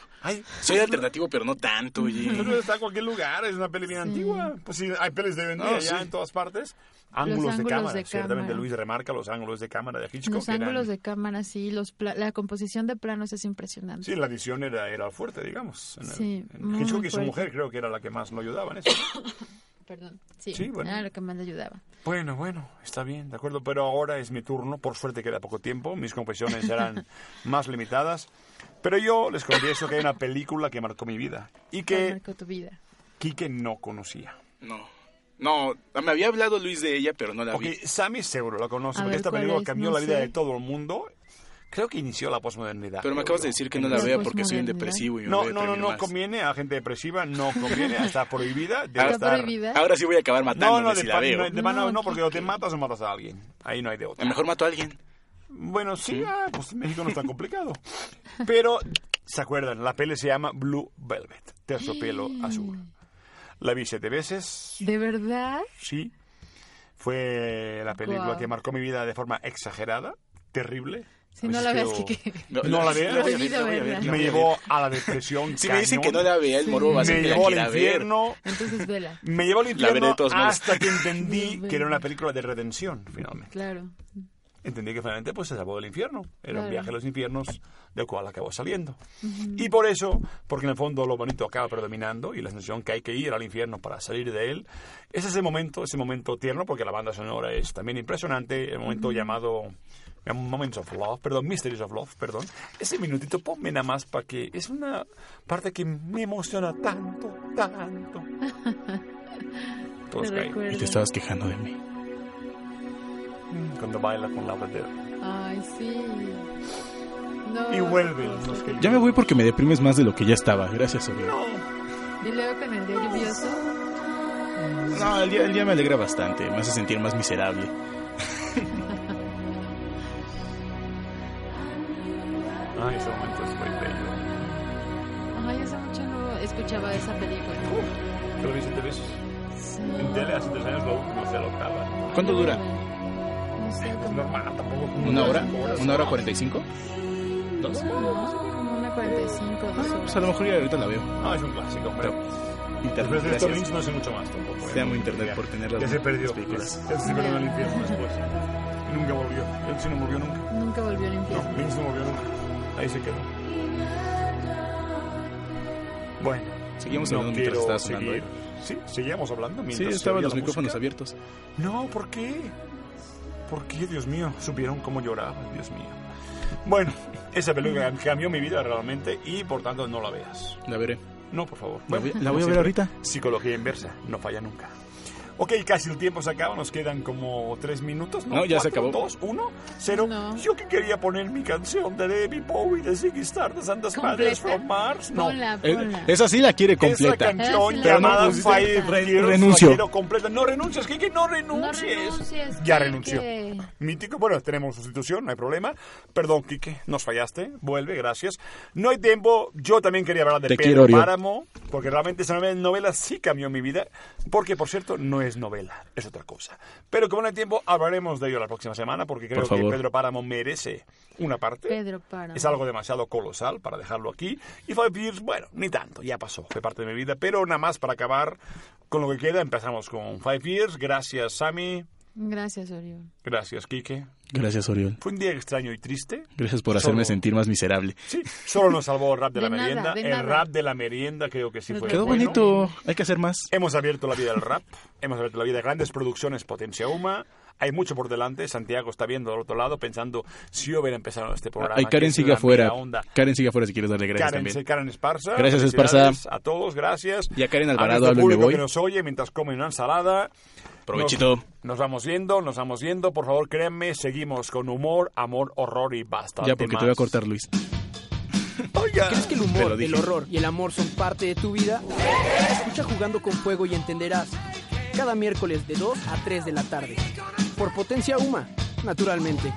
Speaker 16: Soy alternativo, pero no tanto, oye.
Speaker 4: Eso debe estar en cualquier lugar, es una peli bien antigua. Pues sí, hay pelis de hoy en
Speaker 16: No,
Speaker 4: día
Speaker 16: sí.
Speaker 4: ya en todas partes. Ángulos,
Speaker 9: ángulos
Speaker 4: de
Speaker 9: de
Speaker 4: cámara.
Speaker 9: cámara.
Speaker 4: Ciertamente Luis remarca los ángulos de cámara de Hitchcock.
Speaker 9: Los
Speaker 4: que eran-
Speaker 9: ángulos de cámara, sí, los pla- la composición de planos es impresionante.
Speaker 4: Sí, la edición era, era fuerte, digamos. En el-
Speaker 9: Sí,
Speaker 4: en
Speaker 9: muy
Speaker 4: Hitchcock y su
Speaker 9: fuerte.
Speaker 4: mujer creo que era la que más lo ayudaba en eso.
Speaker 9: Perdón. Sí,
Speaker 4: Sí, bueno.
Speaker 9: era lo que más le ayudaba.
Speaker 4: Bueno, bueno, está bien, de acuerdo, pero ahora es mi turno, por suerte queda poco tiempo, mis confesiones serán más limitadas, pero yo les confieso que hay una película que marcó mi vida y
Speaker 9: ¿Cuál
Speaker 4: que
Speaker 9: marcó tu vida?
Speaker 4: Quique no conocía.
Speaker 16: No. No, me había hablado Luis de ella, pero no la vi.
Speaker 4: Sammy seguro la conoce,
Speaker 16: A
Speaker 4: porque
Speaker 16: ver,
Speaker 4: esta
Speaker 16: ¿cuál
Speaker 4: película
Speaker 16: es?
Speaker 4: cambió
Speaker 16: No
Speaker 4: la vida
Speaker 16: sé.
Speaker 4: de todo el mundo. Creo que inició la posmodernidad.
Speaker 16: Pero me
Speaker 4: creo
Speaker 16: acabas de
Speaker 4: yo.
Speaker 16: decir que no la vea porque soy un depresivo y me
Speaker 4: No,
Speaker 16: voy a
Speaker 4: no, no,
Speaker 16: deprimir
Speaker 4: no
Speaker 16: más.
Speaker 4: conviene a gente depresiva, no conviene, está prohibida. debe
Speaker 16: Ahora-
Speaker 4: estar-
Speaker 16: Ahora sí voy a acabar matándome
Speaker 4: No, no,
Speaker 16: Ah,
Speaker 4: de
Speaker 16: si la
Speaker 4: pa-
Speaker 16: veo.
Speaker 4: no, de mano no, porque o te matas o matas a alguien. Ahí no hay de otra.
Speaker 16: Mejor mato a alguien. Mm.
Speaker 4: Bueno, sí, ah, pues México no es tan complicado. Pero, ¿se acuerdan? La peli se llama Blue Velvet, terciopelo azul.
Speaker 16: Mm.
Speaker 4: La vi siete veces,
Speaker 9: ¿De verdad?
Speaker 4: sí. Fue la película
Speaker 9: Guau.
Speaker 4: que marcó mi vida de forma exagerada, terrible.
Speaker 9: Si
Speaker 4: A
Speaker 9: no
Speaker 4: veces
Speaker 9: la veas,
Speaker 4: creo-
Speaker 9: Kike.
Speaker 4: No,
Speaker 16: No,
Speaker 4: la veas.
Speaker 16: la voy a ver, la voy a ver, la voy a
Speaker 4: Me
Speaker 16: ver.
Speaker 4: llevó a la depresión.
Speaker 16: Si me dicen
Speaker 4: cañón.
Speaker 16: que no la vea, el morbo va a ser
Speaker 4: Me
Speaker 16: que la
Speaker 4: llevó al
Speaker 16: quiera ver.
Speaker 4: infierno.
Speaker 9: Entonces, vela.
Speaker 4: Me llevó al
Speaker 16: La veré
Speaker 4: infierno
Speaker 16: de todos modos.
Speaker 4: hasta que entendí que era una película de redención, finalmente.
Speaker 9: Claro.
Speaker 4: Entendí que finalmente pues, se salvó del infierno. Era un
Speaker 9: Claro.
Speaker 4: viaje a los infiernos del cual acabó saliendo.
Speaker 9: Ujú.
Speaker 4: Y por eso, porque en el fondo lo bonito acaba predominando y la sensación que hay que ir al infierno para salir de él, es ese momento, ese momento tierno, porque la banda sonora es también impresionante, el momento
Speaker 16: Ujú.
Speaker 4: llamado Moments of Love, perdón, Mysteries of Love, perdón. Ese minutito ponme nada más para que es una parte que me emociona tanto, tanto. Todos
Speaker 9: Te
Speaker 4: caen.
Speaker 9: recuerdo.
Speaker 16: Y te estabas quejando de mí.
Speaker 4: Cuando baila con la bandera.
Speaker 9: Ay, sí. No.
Speaker 4: Y vuelven los que...
Speaker 16: Ya me voy porque me deprimes más de lo que ya estaba. Gracias, Orión.
Speaker 9: Y luego con el día lluvioso.
Speaker 16: No, el día, el día me alegra bastante, me hace sentir más miserable.
Speaker 4: Ay, Ah, ese momento es muy bello.
Speaker 9: Ay, hace mucho no escuchaba esa película.
Speaker 4: Yo lo vi siete veces. En tele hace tres años lo, no se lo acaba.
Speaker 16: ¿Cuánto dura?
Speaker 9: No sé,
Speaker 4: Es normal, tampoco.
Speaker 16: ¿Una hora? ¿Una hora cuarenta y cinco?
Speaker 9: Dos. Como una 45, dos
Speaker 16: Pues
Speaker 9: horas.
Speaker 16: a lo mejor ya ahorita la veo.
Speaker 4: No, Ah, es un clásico, pero...
Speaker 16: Internet,
Speaker 4: Después de Pues, esto,
Speaker 16: gracias.
Speaker 4: Lynch no sé mucho más tampoco. ¿eh?
Speaker 16: Te amo, Internet, por tener las
Speaker 4: Ya se perdió.
Speaker 16: las películas.
Speaker 4: Ya se perdió en el infierno después. Y nunca volvió. Él sí no volvió nunca.
Speaker 9: Nunca volvió al
Speaker 4: Ah. No,
Speaker 9: infierno.
Speaker 4: Lynch no volvió nunca. Ahí se quedó. Bueno,
Speaker 16: Seguimos
Speaker 4: no
Speaker 16: hablando mientras
Speaker 4: quiero
Speaker 16: estaba sonando,
Speaker 4: seguir. Sí, seguíamos hablando
Speaker 16: Sí,
Speaker 4: mientras se
Speaker 16: estaban
Speaker 4: oía
Speaker 16: los
Speaker 4: la
Speaker 16: micrófonos
Speaker 4: música.
Speaker 16: abiertos.
Speaker 4: No, ¿por qué? ¿Por qué, Dios mío? Supieron cómo lloraba, Dios mío. Bueno, esa película cambió mi vida realmente y por tanto no la veas.
Speaker 16: La veré.
Speaker 4: No, por favor.
Speaker 16: La voy-
Speaker 4: Bueno,
Speaker 16: la voy a
Speaker 4: como
Speaker 16: ver
Speaker 4: siempre,
Speaker 16: ahorita.
Speaker 4: Psicología inversa, no falla nunca. Ok, casi el tiempo se acaba, nos quedan como tres minutos. No,
Speaker 16: No, ya se
Speaker 4: Cuatro,
Speaker 16: acabó.
Speaker 4: Dos, uno, cero. Yo que quería poner mi canción de David Bowie de Ziggy Stardust and the Spiders from Mars. No,
Speaker 9: Ponla,
Speaker 16: Eh,
Speaker 9: ponla.
Speaker 16: esa sí la quiere
Speaker 4: esa
Speaker 16: completa.
Speaker 4: canción
Speaker 16: Pero no
Speaker 4: llamada
Speaker 16: pusiste-
Speaker 4: Fire
Speaker 16: Re-
Speaker 4: Girls, la
Speaker 16: renuncio.
Speaker 4: quiero completa. No renuncies, Kiki, no renuncies. Ya renunció. Mítico, bueno, tenemos sustitución, no hay problema. Perdón, Quique, nos fallaste. Vuelve, gracias. No hay tiempo. Yo también quería hablar de
Speaker 16: Te
Speaker 4: Pedro
Speaker 16: quiero, Orión.
Speaker 4: Páramo, porque realmente esa novela, novela sí cambió mi vida. Porque, por cierto, no es novela, es otra cosa. Pero como no hay tiempo, hablaremos de ello la próxima semana porque creo
Speaker 16: Por
Speaker 4: que
Speaker 16: favor.
Speaker 4: Pedro Páramo merece una parte.
Speaker 9: Pedro Páramo.
Speaker 4: Es algo demasiado colosal para dejarlo aquí. Y Fabio Pierce, bueno, ni tanto, ya pasó, fue parte de mi vida. Pero nada más para acabar con lo que queda, empezamos con Five Years. Gracias, Sammy.
Speaker 9: Gracias, Orión.
Speaker 4: Gracias, Quique.
Speaker 16: Gracias, Oriol.
Speaker 4: Fue un día extraño y triste.
Speaker 16: Gracias por hacerme
Speaker 4: Solo-
Speaker 16: sentir más miserable.
Speaker 4: Sí, solo nos salvó el rap de,
Speaker 9: De
Speaker 4: la
Speaker 9: nada,
Speaker 4: merienda.
Speaker 9: de
Speaker 4: el
Speaker 9: nada.
Speaker 4: rap de la merienda creo que sí
Speaker 9: Nos
Speaker 4: fue
Speaker 16: Quedó
Speaker 4: bueno.
Speaker 16: bonito. Hay que hacer más.
Speaker 4: Hemos abierto la vida del rap, hemos abierto la vida de grandes producciones Potencia Uma. Hay mucho por delante. Santiago está viendo al otro lado pensando si yo hubiera empezado este programa.
Speaker 16: Ay,
Speaker 4: que
Speaker 16: Karen
Speaker 4: es
Speaker 16: sigue
Speaker 4: la
Speaker 16: afuera.
Speaker 4: mera onda.
Speaker 16: Karen sigue afuera si quieres darle gracias
Speaker 4: Karen,
Speaker 16: también.
Speaker 4: Karen Esparza.
Speaker 16: Gracias,
Speaker 4: felicidades
Speaker 16: Esparza.
Speaker 4: A todos, gracias.
Speaker 16: Y a Karen
Speaker 4: a
Speaker 16: Alvarado
Speaker 4: nuestro
Speaker 16: hablo y me
Speaker 4: público
Speaker 16: voy.
Speaker 4: que nos oye mientras come una ensalada.
Speaker 16: Provechito.
Speaker 4: Nos, nos vamos viendo, nos vamos viendo. Por favor, créanme, seguimos con humor, amor, horror y basta.
Speaker 16: Ya, porque te voy a cortar, Luis.
Speaker 1: ¿Crees que
Speaker 16: Te
Speaker 1: el
Speaker 16: lo
Speaker 1: humor,
Speaker 16: dije.
Speaker 1: el horror y el amor son parte de tu vida? Escucha Jugando con Fuego y entenderás. Cada miércoles de 2 a 3 de la tarde. Por Potencia Uma, naturalmente.